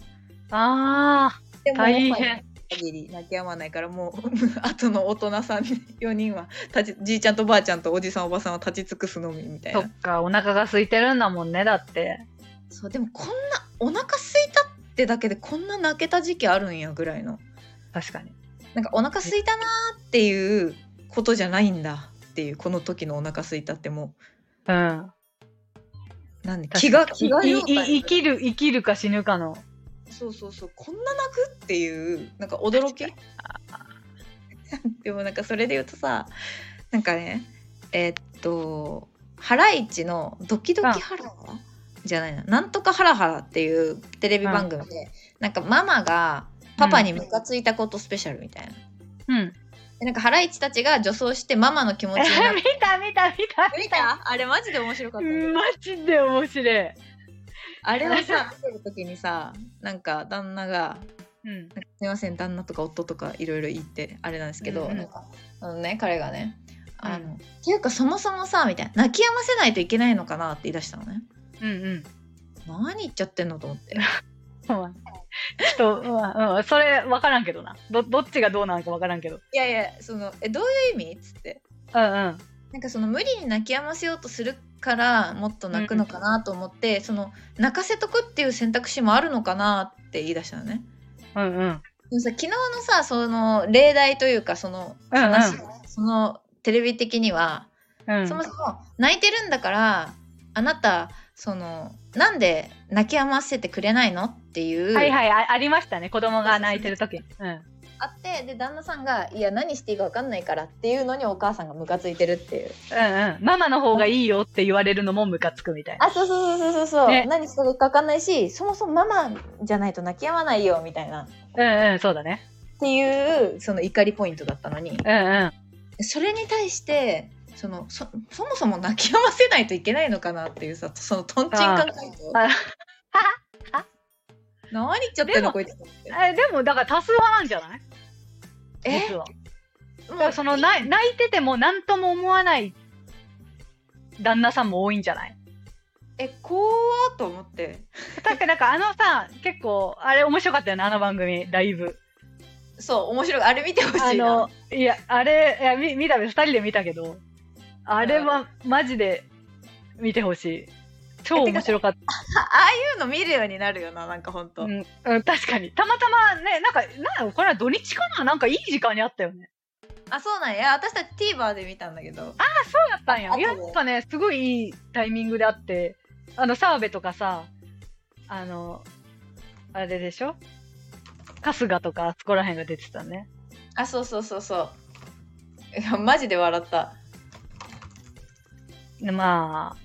A: あ
B: でも
A: 大変
B: おっぱい限り泣き止まないからもう 後の大人さん4人は立ちじいちゃんとばあちゃんとおじさんおばさんは立ち尽くすのみみた
A: ー
B: い
A: そ
B: な
A: っかお腹が空いてるんだもんねだって
B: そうでもこんなお腹空いたってだけでこんな泣けた時期あるんやぐらいの
A: 確かに
B: なんかお腹空いたなーっていうことじゃないんだっていうこの時のお腹空いたっても
A: うん
B: うなんで
A: 確
B: 気が
A: かに
B: 気が
A: い
B: 状
A: い
B: 態
A: い生きる生きるか死ぬかの
B: そうそうそうこんな泣くっていうなんか驚き でもなんかそれで言うとさなんかねえーっと「ハライチ」の「ドキドキハラハラ」じゃないな「なんとかハラハラ」っていうテレビ番組で、なんかママがパパにムカついたことスペシャルみたいな。
A: うん
B: でなんかハライチたちが女装してママの気持ち
A: え
B: にな っ
A: 見
B: て
A: た見た見た
B: 見たあれマジで面白かったんだけど
A: マジで面白い
B: あれをさ見てる時にさなんか旦那が
A: うん
B: なんかすみません旦那とか夫とかいろいろ言ってあれなんですけど、
A: うんうん
B: なんかあのね彼がねあ
A: う
B: の、
A: ん
B: っていうかそもそもさみたいな泣き止ませないといけないのかなって言い出したのね
A: うんうん
B: 何言っちゃってんのと思って
A: そう人、うん、うん、それ分からんけどな。ど、どっちがどうなのか分からんけど。
B: いやいやそのえどういう意味っつって
A: うんうん。
B: なんかその無理に泣き止ませようとするからもっと泣くのかなと思って、その泣かせとくっていう選択肢もあるのかなって言い出したのね。
A: うんうん。
B: でもさ昨日のさその例題というかその
A: うんうん
B: 話、そのテレビ的には、
A: うん。
B: そもそも泣いてるんだからあなたそのなんで泣き止ませてくれないのっていう、
A: はいはいあ、ありましたね。子供が泣いてる時。うん。
B: あってで旦那さんが「いや何していいか分かんないから」っていうのにお母さんがムカついてるっていう
A: うんうん。ママの方がいいよって言われるのもムカつくみたいな。
B: あそうそうそうそうそう、
A: ね
B: 何してるか分かんないしそもそもママじゃないと泣き止まないよみたいなっ
A: うんうん、そうだね。
B: ていうその怒りポイントだったのに
A: うんうん。
B: それに対してそのそそもそも泣き止ませないといけないのかなっていうさそのとんちんかん回答
A: あ
B: 何言っちゃってん
A: でも
B: のこいつと思って
A: え、でも、だから多数派なんじゃない
B: え
A: 実は。だか
B: も
A: ら
B: う
A: その、ない泣いてても何とも思わない旦那さんも多いんじゃない
B: え怖っと思って
A: だからなんかあのさ、結構、あれ面白かったよね、あの番組、ライブ。
B: そう面白いあれ見てほ
A: あ
B: しいな
A: の、いや、あれ、いやみ見た、二人で見たけど、あれはマジで見てほしい。超面白かっ
B: あああいうの見るようになるよななんかほん
A: た。
B: と、
A: うん、うん確かに。たまたまね、なんか、なんだこれは土日かななんかいい時間にあったよね。
B: あそうなんやいや私たち TVer で見たんだけど
A: そうだったんや。
B: あ
A: いやや
B: 後で
A: っぱね、すごいいいタイミングであって、あの、澤部とかさ、あの、あれでしょ春日とか、あそこら辺が出てたね。
B: あそうそうそうそういやマジで笑った
A: まあ、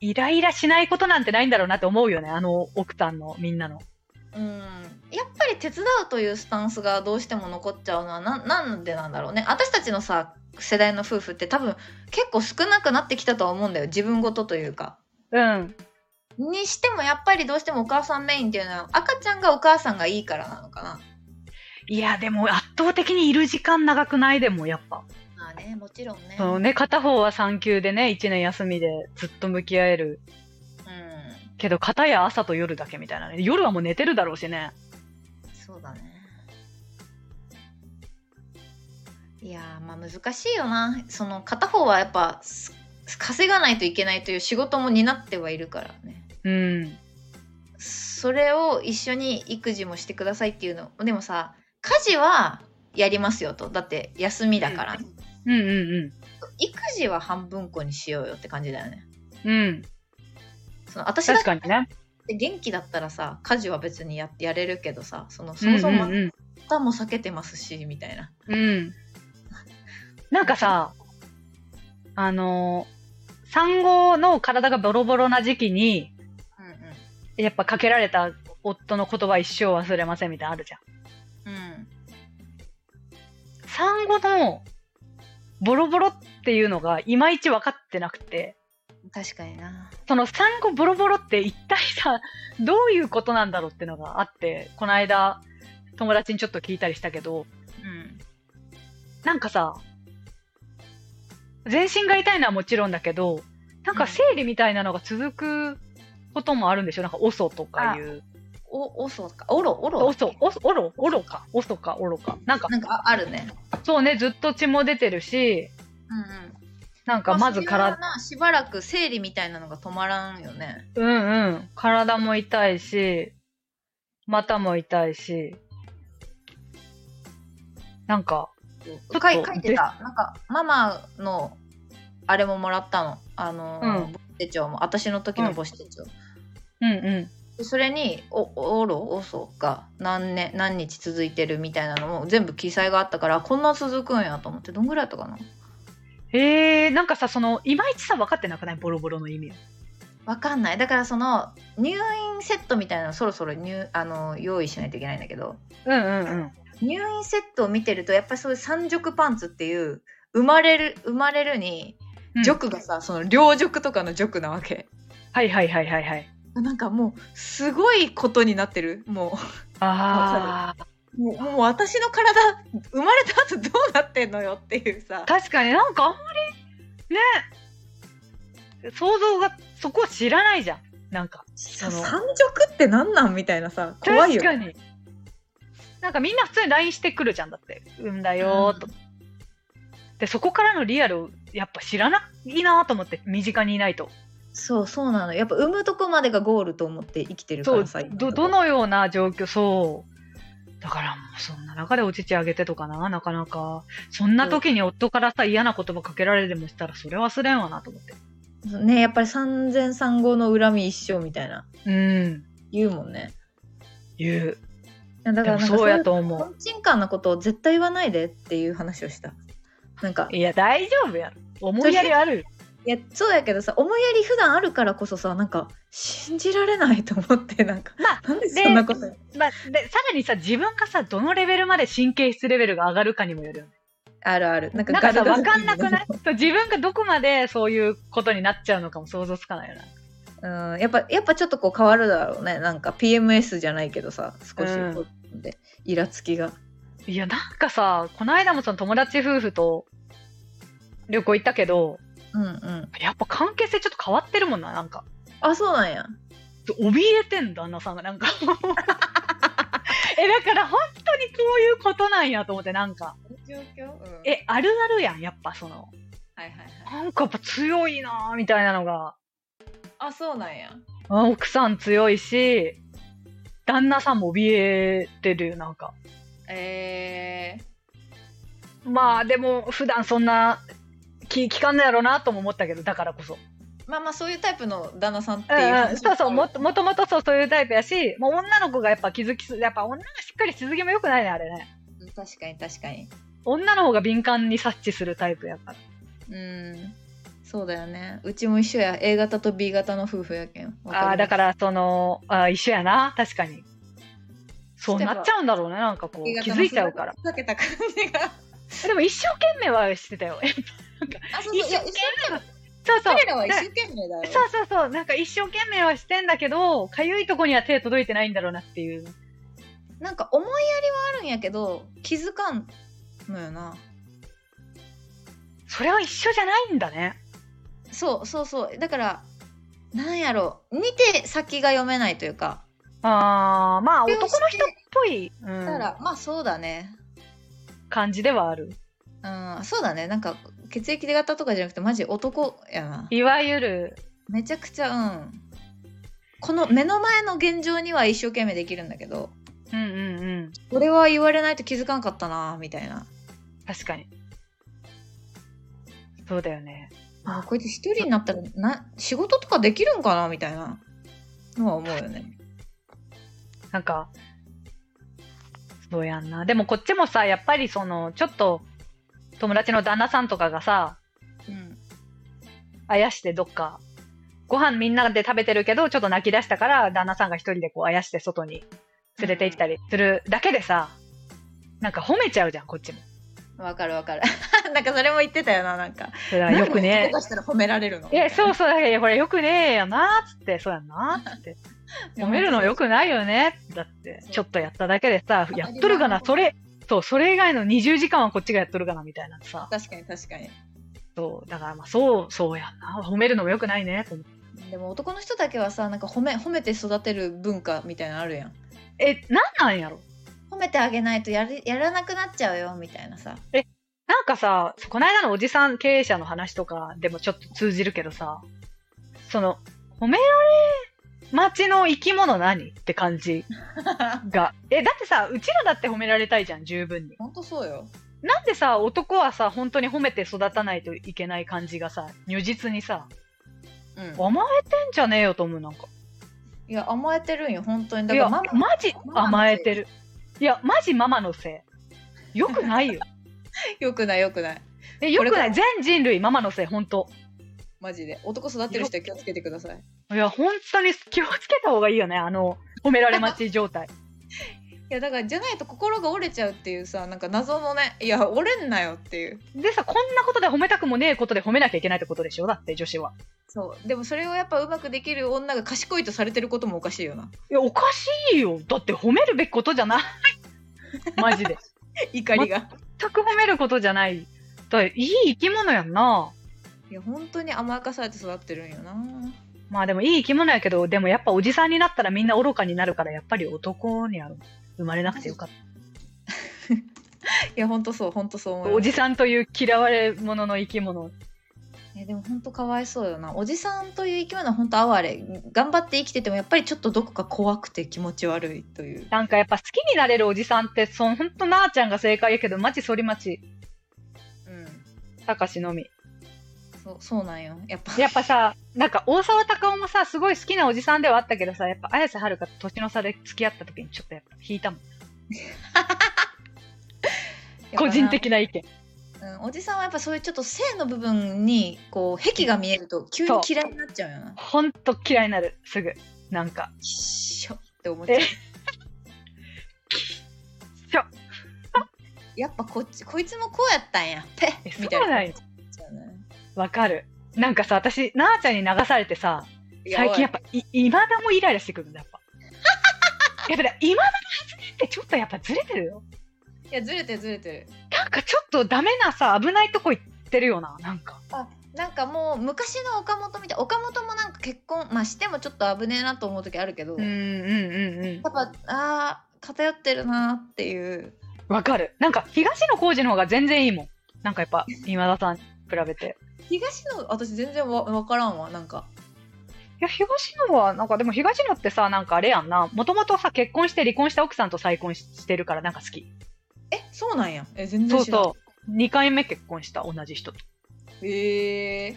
A: イライラしないことなんてないんだろうなって思うよね、あの奥さんのみんなの。
B: うんやっぱり手伝うというスタンスがどうしても残っちゃうのはななんでなんだろうね私たちのさ世代の夫婦って多分結構少なくなってきたとは思うんだよ自分ごとというか。
A: うん。
B: にしてもやっぱりどうしてもお母さんメインっていうのは赤ちゃんがお母さんがいいからなのかない
A: や、でも圧倒的にいる時間長くないでも、やっぱ。
B: まあねもちろんね
A: そのね、片方は産休でね、1年休みでずっと向き合える。
B: うん
A: けど、片や朝と夜だけみたいなね。夜はもう寝てるだろうしね。
B: そうだねいやーまあ難しいよなその片方はやっぱす稼がないといけないという仕事も担ってはいるからね
A: うん。
B: それを一緒に育児もしてくださいっていうのでもさ家事はやりますよとだって休みだから、
A: うんうん
B: 育児は半分こにしようよって感じだよね
A: うん。うん。
B: その私だっ
A: 確かにね。
B: て元気だったらさ家事は別にややれるけどさそ のそもそも
A: うんうん
B: 負担も避けてますしみたいな
A: うん、うん。なんかさ、あのー産後の体がボロボロな時期に、
B: う
A: やっぱかけられた夫の言葉一生忘れませんみたいなのあるじゃん。
B: んうんうん
A: 産後のボロボロっていうのがいまいち分かってなくて、
B: 確かにな
A: その産後ボロボロって一体さ、どういうことなんだろうっていうのがあって、この間友達にちょっと聞いたりしたけど、
B: うん
A: なんかさ、全身が痛いのはもちろんだけど、なんか生理みたいなのが続くこともあるんでしょなんか、オソとかいう。
B: おおそかおろおろ
A: オソ、オソ、オロ、オロか。オソか、オロか。なんか、
B: なんかああるね
A: そうね、ずっと血も出てるし、
B: うんうん
A: なんかまず
B: まあそ
A: 体
B: れ、はなしばらく生理みたいなのが止まらんよね
A: うんうん。体も痛いし、股も痛いし、なんか、
B: 書い書いてたなんかママのあれももらったのあの、
A: うん
B: 母子手帳も私の時の母子手帳、
A: うんう。
B: でそれに「おおろおそ」が何年何日続いてるみたいなのも全部記載があったからこんな続くんやと思ってどんぐらいだったかなん
A: えー、なんかさ、その、いまいちさ分かってなくないボロボロの意味を。
B: わかんないだからその入院セットみたいなのそろそろ入あの用意しないといけないんだけど
A: うんうんうん。
B: 入院セットを見てるとやっぱりそういう三熟パンツっていう生まれる生まれるに
A: うん
B: 塾がさ、その両塾とかの塾なわけ
A: はいはいはいはいはい。
B: なんかもうすごいことになってるも
A: ああ、
B: うもうもう私の体生まれた後どうなってんのよっていうさ
A: 確かになんかあんまり、ね、想像がそこを知らないじゃん。なんか
B: 三
A: の
B: 直ってなんなんみたいなさ怖いよ
A: 確かになんかみんな普通に LINE してくるじゃんだって「うんだよ」と、でそこからのリアルをやっぱ知らないなと思って身近にいないと
B: そうそうなのやっぱ産むとこまでがゴールと思って生きてるか
A: そう
B: らさ今
A: どどのような状況そうだからもうそんな中でお乳あげてとかななかなかそんな時に夫からさ嫌な言葉かけられでもしたらそれ忘れんわなと思って
B: ねやっぱり産前産後の恨み一生みたいな
A: うん
B: 言うもんね
A: 言う
B: だから
A: で
B: な
A: も
B: んか
A: そうやと思
B: そういう
A: う
B: トンチンカンなことを絶対言わないでっていう話をしたなんか
A: いや大丈夫やろ思いやりあるよ
B: いやそうやけどさ思いやり普段あるからこそさなんか信じられないと思ってなんか、
A: まあ
B: なんで
A: で
B: そんなこと
A: まあ、でさらにさ自分がさどのレベルまで神経質レベルが上がるかにもよるよね
B: あるあるなんか
A: なんかさ
B: ガ
A: 分か
B: ルガ
A: ん
B: ル
A: なくないそう自分がどこまでそういうことになっちゃうのかも想像つかないよな
B: うんやっぱやっぱちょっとこう変わるだろうねなんか PMS じゃないけどさ少し
A: うん
B: こうで、イラつきが
A: いやなんかさこの間もその友達夫婦と旅行行ったけど
B: うんうん
A: やっぱ関係性ちょっと変わってるもんななんか
B: あそうなんや
A: 怯えてんだ旦那さんがなんか えだから本当にこういうことなんやと思ってなんか
B: 状況、うん、
A: えあるあるやんやっぱその
B: はいはいはい
A: なんかやっぱ強いなーみたいなのが
B: あそうなんや
A: あ奥さん強いし旦那さんも怯えてるよなんか
B: えー、
A: まあでも普段そんな気聞かんのやろうなとも思ったけどだからこそ、
B: まあまあそういうタイプの旦那さんって
A: う
B: いうん
A: うん、
B: 話
A: そうそうもともともとそうそういうタイプやしもう女の子がやっぱ気づきすやっぱ女がしっかりしすぎもよくないねあれね
B: うん確かに確かに
A: 女の方が敏感に察知するタイプやから
B: うんそうだよねうちも一緒や A 型と B 型の夫婦やけん
A: ああーだかららそのあー一緒やな確かにそうなっちゃうんだろうねなんかこう気づいちゃうから
B: 避けた感 じが
A: でも一生懸命はしてた よ
B: あそうそういや一
A: 一生懸命
B: 生懸命
A: そうそう
B: 彼らは一生懸命だよ
A: そうそうそうなんか一生懸命はしてんだけどかゆいとこには手届いてないんだろうなっていう
B: なんか思いやりはあるんやけど気づかんのよな
A: それは一緒じゃないんだね
B: そうそうそうだからなんやろう見て先が読めないというか
A: あーまあ
B: それを
A: 男の人っぽい、う
B: だか
A: ん、
B: ら、まあそうだね
A: 感じではある
B: うんそうだねなんか血液型とかじゃなくてマジ男やない
A: わゆる
B: めちゃくちゃうんこの目の前の現状には一生懸命できるんだけど
A: うんうんうん
B: これは言われないと気づかんかったなみたいな
A: 確かにそうだよね
B: あこいつ一人になったらな仕事とかできるんかなみたいなのは思うよね
A: なんかそうやんなでもこっちもさやっぱりそのちょっと友達の旦那さんとかがさ
B: うん
A: あやしてどっかご飯みんなで食べてるけどちょっと泣き出したから旦那さんが一人でこうあやして外に連れて行ったりするだけでさなんか褒めちゃうじゃんこっちも
B: わかるわかる なんかそれも言ってたよななんか
A: それはよくね
B: なんで男としたら褒められるの
A: いやそうそうだけどこれよくねえよなっつってそうやんなっつって褒めるのよくないよねだってちょっとやっただけでさやっとるがなそれそうそれ以外の20時間はこっちがやっとるがなみたいなさ
B: 確かに確かに
A: そうだからまあそうそうやんな褒めるのもよくないねと思って
B: でも男の人だけはさなんか褒め褒めて育てる文化みたいなのあるやん
A: えなんなんやろ
B: 褒めてあげないとやりやらなくなっちゃうよみた いなさ
A: なんかさ、この間のおじさん経営者の話とかでもちょっと通じるけどさ、その、褒められ待ちの生き物何って感じが。え、だってさ、うちらだって褒められたいじゃん、十分に。
B: ほんとそうよ
A: なんでさ、男はさ、本当に褒めて育たないといけない感じがさ、如実にさ、
B: うん
A: 甘えてんじゃねえよと思う、なんか。
B: いや甘えてるんよ本当に
A: い
B: だか
A: や、
B: らマ
A: マ
B: マ
A: ジ
B: ママのせい
A: 甘えてる。いや、マジママのせい。よくないよ。
B: よくないよくない
A: え、よく
B: こ
A: な
B: れ
A: い。全人類ママのせい、本当
B: マジで男育てる人は気をつけてください
A: いや、本当に気をつけた方がいいよね、あの、褒められ待ち状態。
B: いやだからじゃないと心が折れちゃうっていうさなんか謎のねいや折れんなよっていう
A: でさ、こんなことで褒めたくもねえことで褒めなきゃいけないってことでしょだって女子は。
B: そうでもそれをやっぱうまくできる女が賢いとされてることもおかしいよない
A: や、おかしいよ。だって褒めるべきことじゃない。マジで。
B: 怒りが
A: 全く褒めることじゃない。だいい生き物やんな。
B: いや本当に甘やかされて育ってるんよな
A: まあでもいい生き物やけど、でもやっぱおじさんになったらみんな愚かになるから、やっぱり男には生まれなくてよかっ
B: いや本当そう本当そう思
A: た。
B: います
A: おじさんという嫌われ者の生き物。
B: えでも本当かわいそうよなおじさんという生き物は本当哀れ頑張って生きててもやっぱりちょっとどこか怖くて気持ち悪いという
A: なんかやっぱ好きになれるおじさんって、そのほんとなあちゃんが正解やけど、マジ反町
B: うん
A: 隆史のみ。
B: そうそうなんよやっぱ
A: やっぱさ、なんか大沢たかおもさ、すごい好きなおじさんではあったけどさ、やっぱ綾瀬はるかと年の差で付き合った時にちょっとやっぱ引いたもん。個人的
B: な、
A: な意見。
B: うん、おじさんはやっぱそういうちょっと性の部分にこう癖が見えると急に嫌いになっちゃうよな
A: ほんと嫌いになる、すぐ。なんか。
B: きっしょって思っちゃう
A: えしょ
B: やっぱこっちこいつもこうやったんやペ
A: え
B: ッみたい
A: そ
B: な
A: うなんよ
B: そうだね
A: わかる。なんかさ、私、なあちゃんに流されてさ、最近やっぱ、い、今だもイライラしてくるんだ、やっぱ。 やっぱね、今だの発言ってちょっとやっぱずれてるよ。
B: いやずれてるずれてる
A: なんかちょっとダメなさ、危ないとこ行ってるよな、なんか。
B: あなんかもう昔の岡本みたい岡本もなんか結婚、まあ、してもちょっと危ねえなと思う時あるけど、
A: うんうんうんうん。
B: やっぱあー偏ってるなーっていう
A: わかる。なんか、東野幸治の方が全然いいもん。なんかやっぱ、今田さんに比べて。
B: 東野私全然わ分からんわなんか
A: いや、東野は、なんかでも東野ってさ、なんかあれやんな。もともとさ、結婚して離婚した奥さんと再婚ししてるから、なんか好き。
B: えそうなんやえ全
A: そう
B: 然知らん
A: そう。2回目結婚した、同じ人と。
B: へえ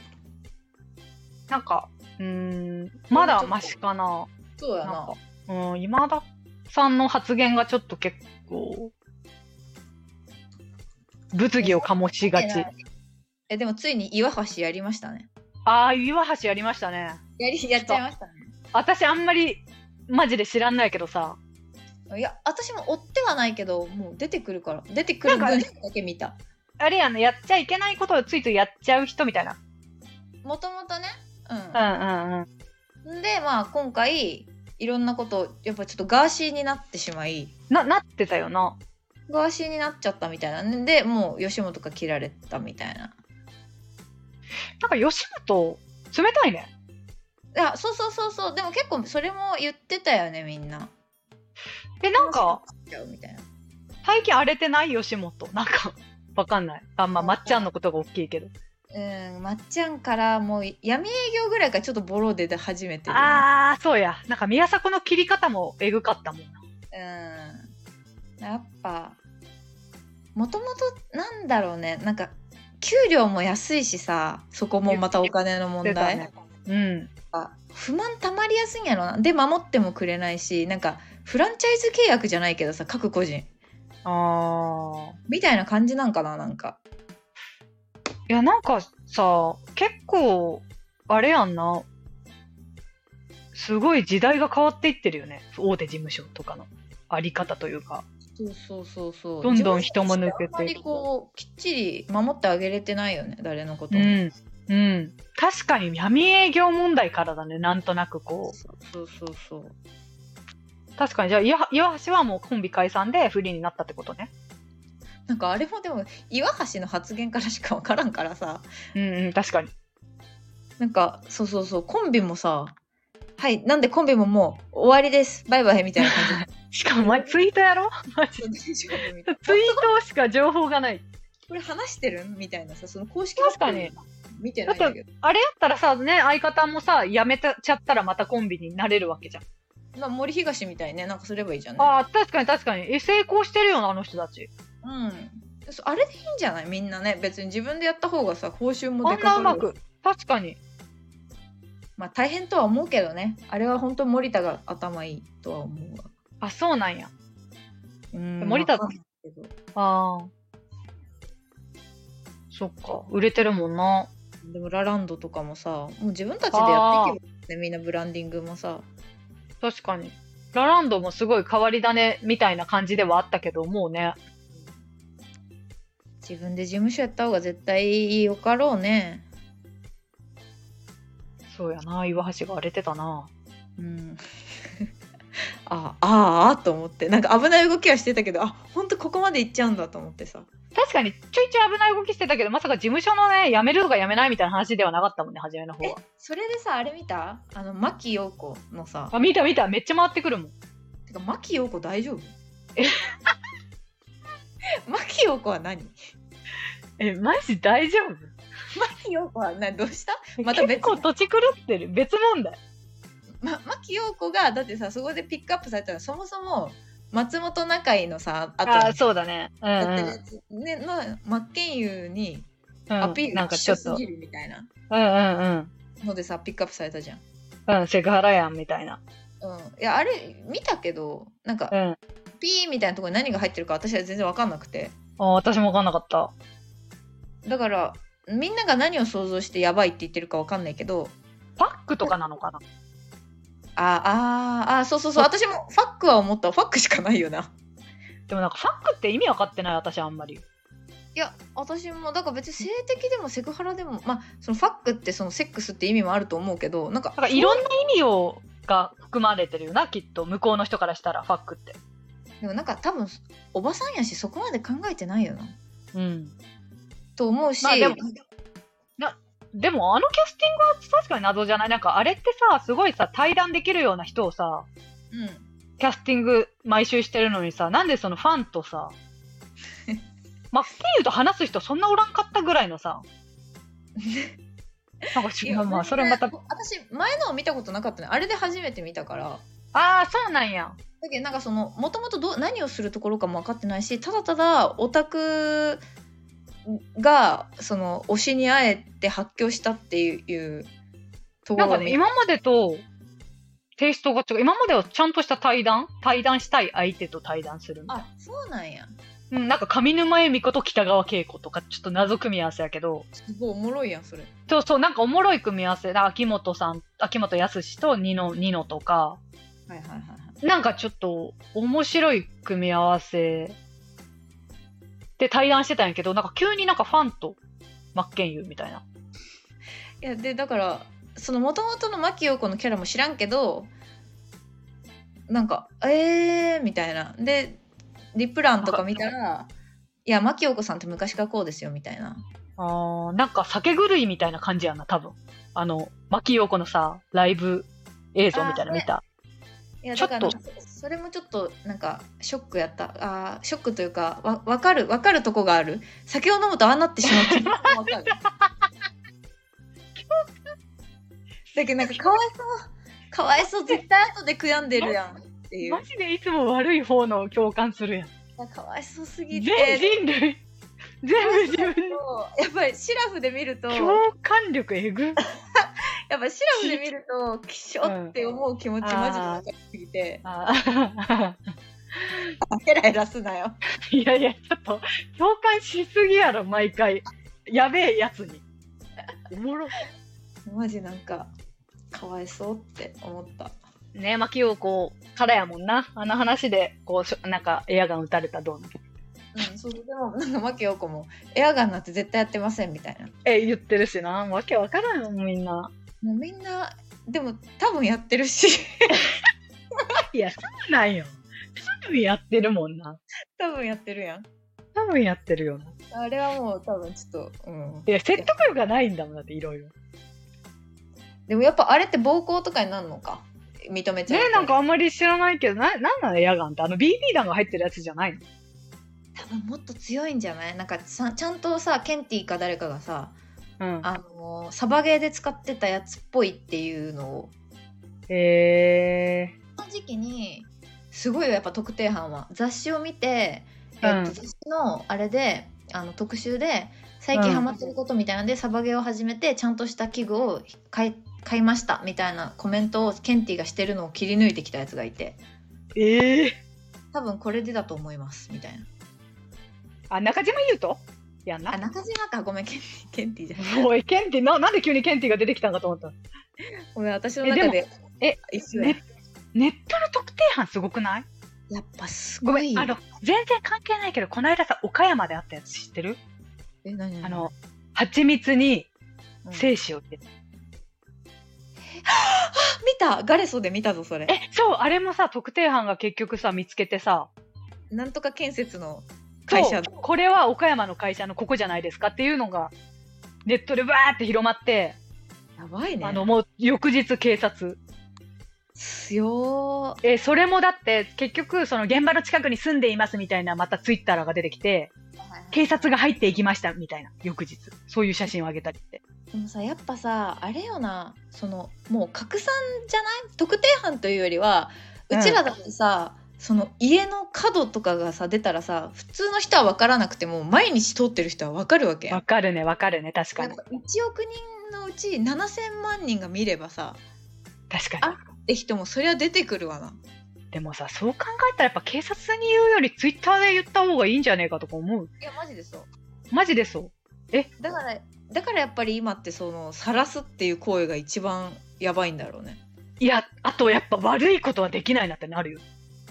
B: ー、
A: なんか、うーん、まだマシかな。
B: そうや
A: なん
B: な
A: か、うん、今田さんの発言がちょっと結構、物議を醸しがち。
B: えでもついに岩橋やりましたね
A: ああ、岩橋やりましたね。
B: やりやっちゃいましたね
A: 私あんまり、マジで知らんないけどさ、
B: いや私も追ってはないけどもう出てくるから出てくる
A: なんか
B: 分だけ見た
A: あれやね、やっちゃいけないことをついついやっちゃう人みたいな。
B: もともとねうん、
A: うんうんうん。
B: でまあ今回いろんなことをやっぱちょっとガーシーになってしまい
A: な、なってたよな。
B: ガーシーになっちゃったみたいなんでもう吉本が切られたみたいな
A: なんか吉本、冷たいね。
B: いやそうそうそうそうでも結構それも言ってたよねみんな
A: え、なんか、
B: ちゃうみたいな
A: 最近荒れてない吉本。なんか、わかんない。あんまあ、まっちゃんのことが大きいけど。
B: うんまっちゃんからもう闇営業ぐらいからちょっとボロ出て始めてるよね
A: ああ、そうや。なんか宮迫の切り方もえぐかったもんな。
B: うんやっぱもともとなんだろうねなんか給料も安いしさそこもまたお金の問
A: 出た
B: 題、
A: ね。うん。
B: あ不満たまりやすいんやろなで守ってもくれないしなんかフランチャイズ契約じゃないけどさ各個人
A: ああ。
B: みたいな感じなんかななんか
A: いや、なんかさ、結構、あれやんな。すごい時代が変わっていってるよね。大手事務所とかのあり方というか。
B: そうそうそうそう
A: どんどん人も抜けて
B: 自分たちってあんまりこうきっちり守ってあげれてないよね誰のこと
A: う
B: も、
A: ん。うん。確かに闇営業問題からだね。なんとなくこう。
B: そうそうそう
A: 確かに、じゃあ、岩岩橋はもうコンビ解散でフリーになったってことね。
B: なんかあれもでも岩橋の発言からしか分からんからさ
A: うんうん、確かに。
B: なんかそうそうそうコンビもさはいなんでコンビももう終わりですバイバイみたいな感
A: しかも、お前ツイート やろマジ
B: じで大丈 夫みたいな
A: ツイートしか情報がない。
B: これ話してるみたいなさその公式
A: 確かに
B: 発表見てないんだけど
A: あれやったらさ、ね、相方もさ、辞めたちゃったらまたコンビになれるわけじゃん。
B: まあ、森東みたいねなんかすればいいじゃん、ね、
A: ああ、確かに確かに。え、成功してるよな、あの人たち。
B: うんそあれでいいんじゃないみんなね別に自分でやった方がさ報酬も
A: あ
B: で
A: ん
B: か
A: な
B: く
A: うまく。確かに。
B: まあ大変とは思うけどねあれは本当森田が頭いいとは思うわ
A: あ、そうなんや。
B: うん
A: 森田
B: わかんないけど
A: ああ。そっか、売れてるもんな。
B: でもラランドとかもさもう自分たちでやっていけばいいよねみんなブランディングもさ
A: 確かに。ラランドもすごい変わり種みたいな感じではあったけど、もうね。
B: 自分で事務所やった方が絶対よかろうね
A: そうやな、岩橋が荒れてたな。
B: うん あああと思ってなんか危ない動きはしてたけどあ本当ここまで行っちゃうんだと思ってさ
A: 確かにちょいちょい危ない動きしてたけどまさか事務所のね辞めるとか辞めないみたいな話ではなかったもんね初めの方
B: え
A: は
B: それでさあれ見たあの牧陽子のさ
A: あ見た見ためっちゃ回ってくるもん
B: てか牧陽子大丈夫牧陽子は何
A: えマジ大丈夫
B: 牧陽子はなどうしたまた別
A: 結構土地狂ってる別問題
B: ま、牧陽子がだってさそこでピックアップされたらそもそも松本中井のさあと
A: ああそうだねうん、
B: だってねねの真剣佑に
A: うん、
B: アピー
A: なん
B: ル
A: か
B: し
A: ちょ
B: よ
A: っ
B: す
A: と
B: ぎるみたいな
A: うんうん
B: のでさピックアップされたじゃん。
A: うんうんセクハラやんみたいな
B: うん、いやあれ見たけどなんか
A: うん
B: ピーみたいなところに何が入ってるか私は全然分かんなくて
A: あ私も分かんなかった
B: だからみんなが何を想像してやばいって言ってるか分かんないけど
A: パックとかなのかな
B: あああーそうそうそう私もファックは思ったファックしかないよな。
A: でもなんかファックって意味分かってない私あんまり
B: いや私もだから別に性的でもセクハラでもまあそのファックってそのセックスって意味もあると思うけどなんか
A: なんかいろんな意味をが含まれてるよなきっと向こうの人からしたらファックって
B: でもなんか多分おばさんやしそこまで考えてないよな
A: うん
B: と思うし、
A: まあでもでもあのキャスティングは確かに謎じゃないなんかあれってさすごいさ対談できるような人をさ
B: うん、
A: キャスティング毎週してるのにさなんでそのファンと さマッキーユと話す人そんなおらんかったぐらいの さなんか
B: い
A: し
B: や
A: まあそれまた
B: 全然私前のを見たことなかったねあれで初めて見たから
A: ああそうなんや
B: だけどなんかそのもともとどう何をするところかも分かってないしただただオタクがその推しに会えて発狂したっていうとこ
A: なん
B: ろ
A: か
B: を
A: ね
B: 見
A: 今までとテイストが違う今まではちゃんとした対談対談したい相手と対談するみたいな
B: あそうなんや
A: うん、なんか上沼恵美子と北川景子とかちょっと謎組み合わせやけど
B: すごいおもろいやんそれ
A: そうそうなんかおもろい組み合わせだ秋元さん秋元康とニノニノとか
B: はいはいはいはい
A: なんかちょっと面白い組み合わせで対談してたんやけどなんか急になんかファンと真剣佑みたいない
B: やでだからその元々の牧陽子のキャラも知らんけどなんか「えー」みたいなでリプランとか見たら「いや牧陽子さんって昔からこうですよ」みたいな
A: あーなんか酒狂いみたいな感じやな多分あの牧陽子のさライブ映像みたいなの見た
B: いや
A: ちょ
B: だ
A: っ
B: から
A: と
B: なんかそれもちょっとなんかショックやったあーショックというかわ分かる分かるとこがある酒を飲むとああなってしまう 気持ちも分かるだけどなんかかわいそうかわいそう絶対後で悔やんでるやんっていう
A: マジでいつも悪い方の共感するやん
B: あかわいそうすぎ
A: 全
B: て
A: 人類全部自分の
B: やっぱりシラフで見るとや
A: 共感力えぐ
B: っぱシラフで見るときしょって思う気持ち
A: うん
B: マジでわかりすぎて
A: あ
B: ヘラヘラすなよ
A: いやいやちょっと共感しすぎやろ毎回やべえやつにおもろ
B: マジなんかかわいそうって思った
A: ね牧陽子からやもんなあの話でこうしょなんかエアガン撃たれたどうの
B: うんそうでもなんか牧陽子もエアガンなんて絶対やってませんみたいな
A: え言ってるしなわけわからんよみんな
B: もうみんなでも多分やってるし
A: いやそうなんよ多分やってるもんな
B: 多分やってるやん
A: 多分やってるよな
B: あれはもう多分ちょっとうん
A: いや説得力がないんだもんだっていろいろ
B: でもやっぱあれって暴行とかになるのか認めちゃう
A: ね
B: と
A: なんかあんまり知らないけどななんなのエアガンってあの BB 弾が入ってるやつじゃないの
B: 多分もっと強いんじゃないなんかさちゃんとさケンティーか誰かがさ
A: うん
B: あのーサバゲーで使ってたやつっぽいっていうのを
A: へえ
B: その時期にすごいよやっぱ特定班は雑誌を見て、えっと
A: うん
B: 雑誌のあれであの特集で最近ハマってることみたいなんで、サバゲーを始めてちゃんとした器具を買い買いましたみたいなコメントをケンティーがしてるのを切り抜いてきたやつがいて
A: ええ
B: 多分これでだと思いますみたいな
A: あ中島優斗やん
B: あ
A: な
B: 中島かごめんケンティーケンティーじゃない
A: おいケンティななんで急にケンティが出てきたんかと思った
B: ごめん私の
A: えで
B: 中
A: も
B: で
A: え
B: 一緒や
A: ネネットの特定班すごくない
B: やっぱす
A: ご
B: ご
A: め
B: い
A: んあの全然関係ないけどこの間さ岡山であったやつ知ってる、
B: え何何
A: あの蜂蜜に
B: うん
A: 精子を入れて、
B: 見たガレソで見たぞそれ
A: えそうあれもさ特定班が結局さ見つけてさ
B: なんとか建設の会
A: そ
B: 社
A: うこれは岡山の会社のここじゃないですかっていうのがネットでわーって広まって、
B: やばいね
A: あのもう翌日警察
B: 強
A: えーそれもだって結局その現場の近くに住んでいますみたいなまたツイッターが出てきて警察が入っていきましたみたいな翌日そういう写真を上げたりって
B: でもさやっぱさあれよなそのもう拡散じゃない特定班というよりはうちらだってさ、その家の角とかがさ出たらさ普通の人は分からなくても毎日通ってる人は分かるわけやん
A: わかるねわかるね確か
B: なん
A: に
B: か1億人のうち7,000万人が見ればさ
A: 確かに
B: あって人もそりゃ出てくるわな
A: でもさそう考えたらやっぱ警察に言うよりツイッターで言った方がいいんじゃねえかとか思う
B: いやマジでそう
A: マジでそう
B: だからだからやっぱり今ってその晒すっていう行為が一番やばいんだろうね
A: いやあとやっぱ悪いことはできないなってなるよ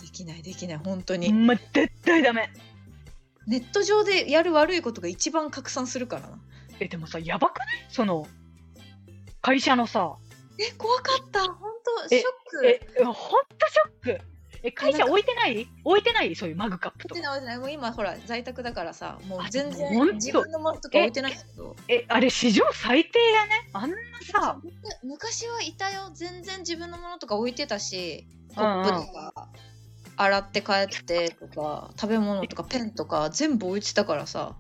B: できないできない本当
A: ほ
B: に
A: んま絶対ダメ
B: ネット上でやる悪いことが一番拡散するからな
A: えでもさやばくないその会社のさ
B: え怖かった本当ショ
A: え
B: ッ
A: え
B: ク
A: ほんとショックえ会社置いてない置いてないそういうマグカップ
B: 置
A: と
B: いて
A: か
B: ない置いてないもう今ほら在宅だからさもう全
A: あでも本
B: 然
A: 当
B: 自分のものとか置いてないけど
A: えあれ史上最低だねあんなさ
B: む昔はいたよ全然自分のものとか置いてたしコ
A: うんう
B: ッ
A: ん
B: プとか洗って帰ってとか食べ物とかペンとか全部置いてたからさ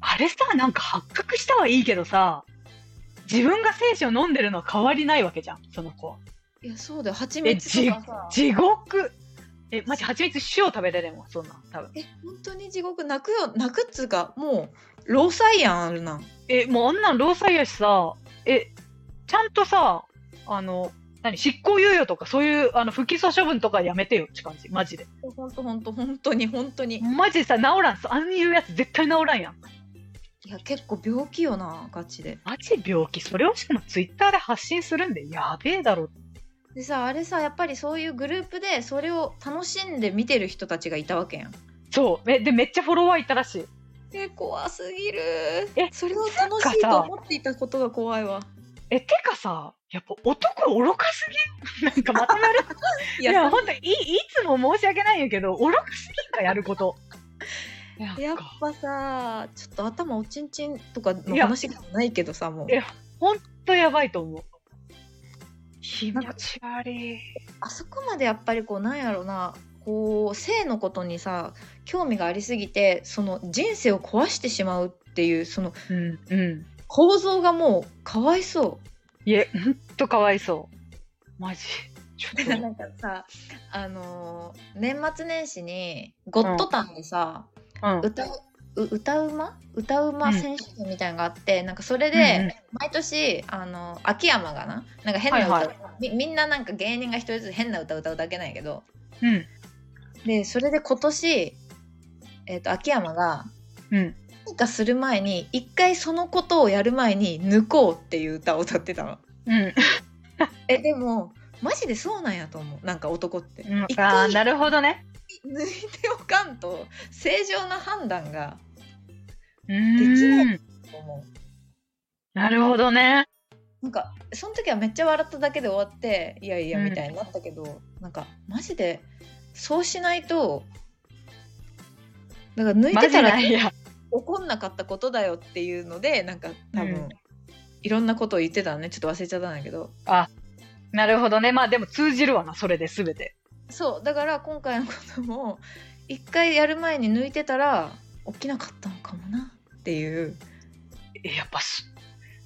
A: あれさなんか発覚したはいいけどさ自分が精子を飲んでるのは変わりないわけじゃんその子はい
B: やそうだよ蜂蜜とかさ
A: 地獄えマジ蜂蜜塩食べれるもんそんなん多分
B: え本当に地獄泣くよ泣くっつうかもう労災やんあるな
A: えもうあんなん労災やしさえちゃんとさあの何執行猶予とかそういうあの不起訴処分とかやめてよって感じマジで
B: 本当本当本当に本当に
A: マジでさ治らんあんいうやつ絶対治らんやん
B: いや結構病気よなガチで
A: マジ病気それをしかもツイッターで発信するんでやべえだろ
B: でさあれさやっぱりそういうグループでそれを楽しんで見てる人たちがいたわけやん
A: そうえでめっちゃフォロワーいたらしい
B: え怖すぎる
A: え
B: それを楽しいと思っていたことが怖いわ
A: えてかさやっぱ男愚かすぎん なんかまとめる
B: い
A: いやほんといいつも申し訳ないんやけど愚かすぎんかやることなんか
B: やっぱさちょっと頭おちんちんとかの話でもないけどさもう
A: いやほんとやばいと思う気
B: な
A: 持
B: んか
A: ち悪い
B: あそこまでやっぱりこうなんやろなこう性のことにさ興味がありすぎてその人生を壊してしまうっていうその
A: うんうん
B: 構造がもうかわいそう
A: いやほんとかわいそうマジちょ
B: だ
A: っ
B: から
A: と
B: なんかさあのー年末年始にゴッドタンでさ、
A: うん
B: 歌うう歌うま歌うま
A: うん
B: 選手権みたいなのがあって、なんかそれ
A: うんうん
B: で毎年、あの秋山がななんか変な歌、
A: はいは
B: みみんななんか芸人が一人ずつ変な歌歌うだけなんやけど
A: うん
B: でそれで今年、えっと秋山が
A: うん
B: 何かする前に一回そのことをやる前に「抜こう」っていう歌を歌ってたの。
A: うん
B: えでもマジでそうなんやと思うなんか男って。
A: うん
B: 一、
A: あ
B: 回
A: ーなるほどね。
B: 抜いておかんと正常な判断が
A: う
B: きない
A: ーん
B: 思
A: なるほどね。
B: うなんかその時はめっちゃ笑っただけで終わっていやいや
A: うん
B: みたいになったけど、なんかマジでそうしないとだから抜い
A: マ
B: て
A: ジ
B: た
A: な
B: ら
A: いや。
B: 怒んなかったことだよっていうのでなんか多分、
A: うん
B: いろんなことを言ってたのねちょっと忘れちゃったんだけど
A: なるほどね。まあでも通じるわな、それで全て。
B: そうだから今回のことも一回やる前に抜いてたら起きなかったのかもなっていう
A: えやっぱす、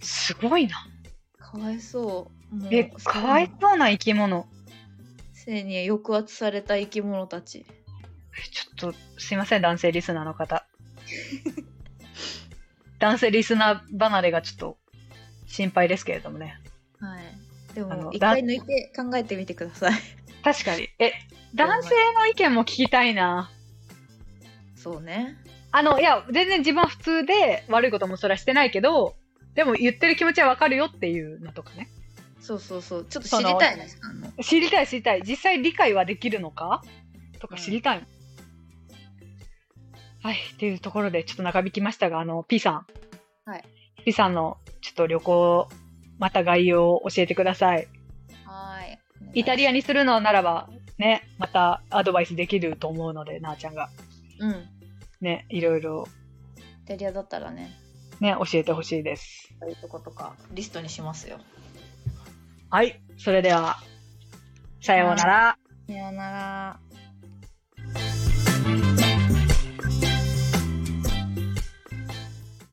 A: すごいな。
B: かわいそうもう
A: え、かわいそうな生き物。
B: 性に抑圧された生き物たち
A: ちょっと、すいません、男性リスナーの 方。男性リスナー離れがちょっと心配ですけれどもね。
B: はいで
A: あ
B: も
A: の
B: 一回抜いて考えてみてください
A: 確かに。え、男性の意見も聞きたいな。
B: そうね
A: あの、いや、全然自分は普通で悪いこともそれはしてないけど、でも言ってる気持ちはわかるよっていうのとかね。
B: そうそうそうちょっと知りたいねあの
A: 知りたい知りたい実際理解はできるのかとか
B: うん
A: 知りたい、はいっていうところでちょっと長引きましたがあの P さん、
B: はい、
A: P さんのちょっと旅行また概要を教えてください
B: はーい
A: イタリアにするのならば、ね、またアドバイスできると思うので、なあちゃんが。
B: うん。イ
A: ね、いろいろ、
B: タリアだったらね、
A: ね、教えてほしいです。
B: そういうとことか、リストにしますよ。
A: はい。それでは、さようなら。
B: さようなら。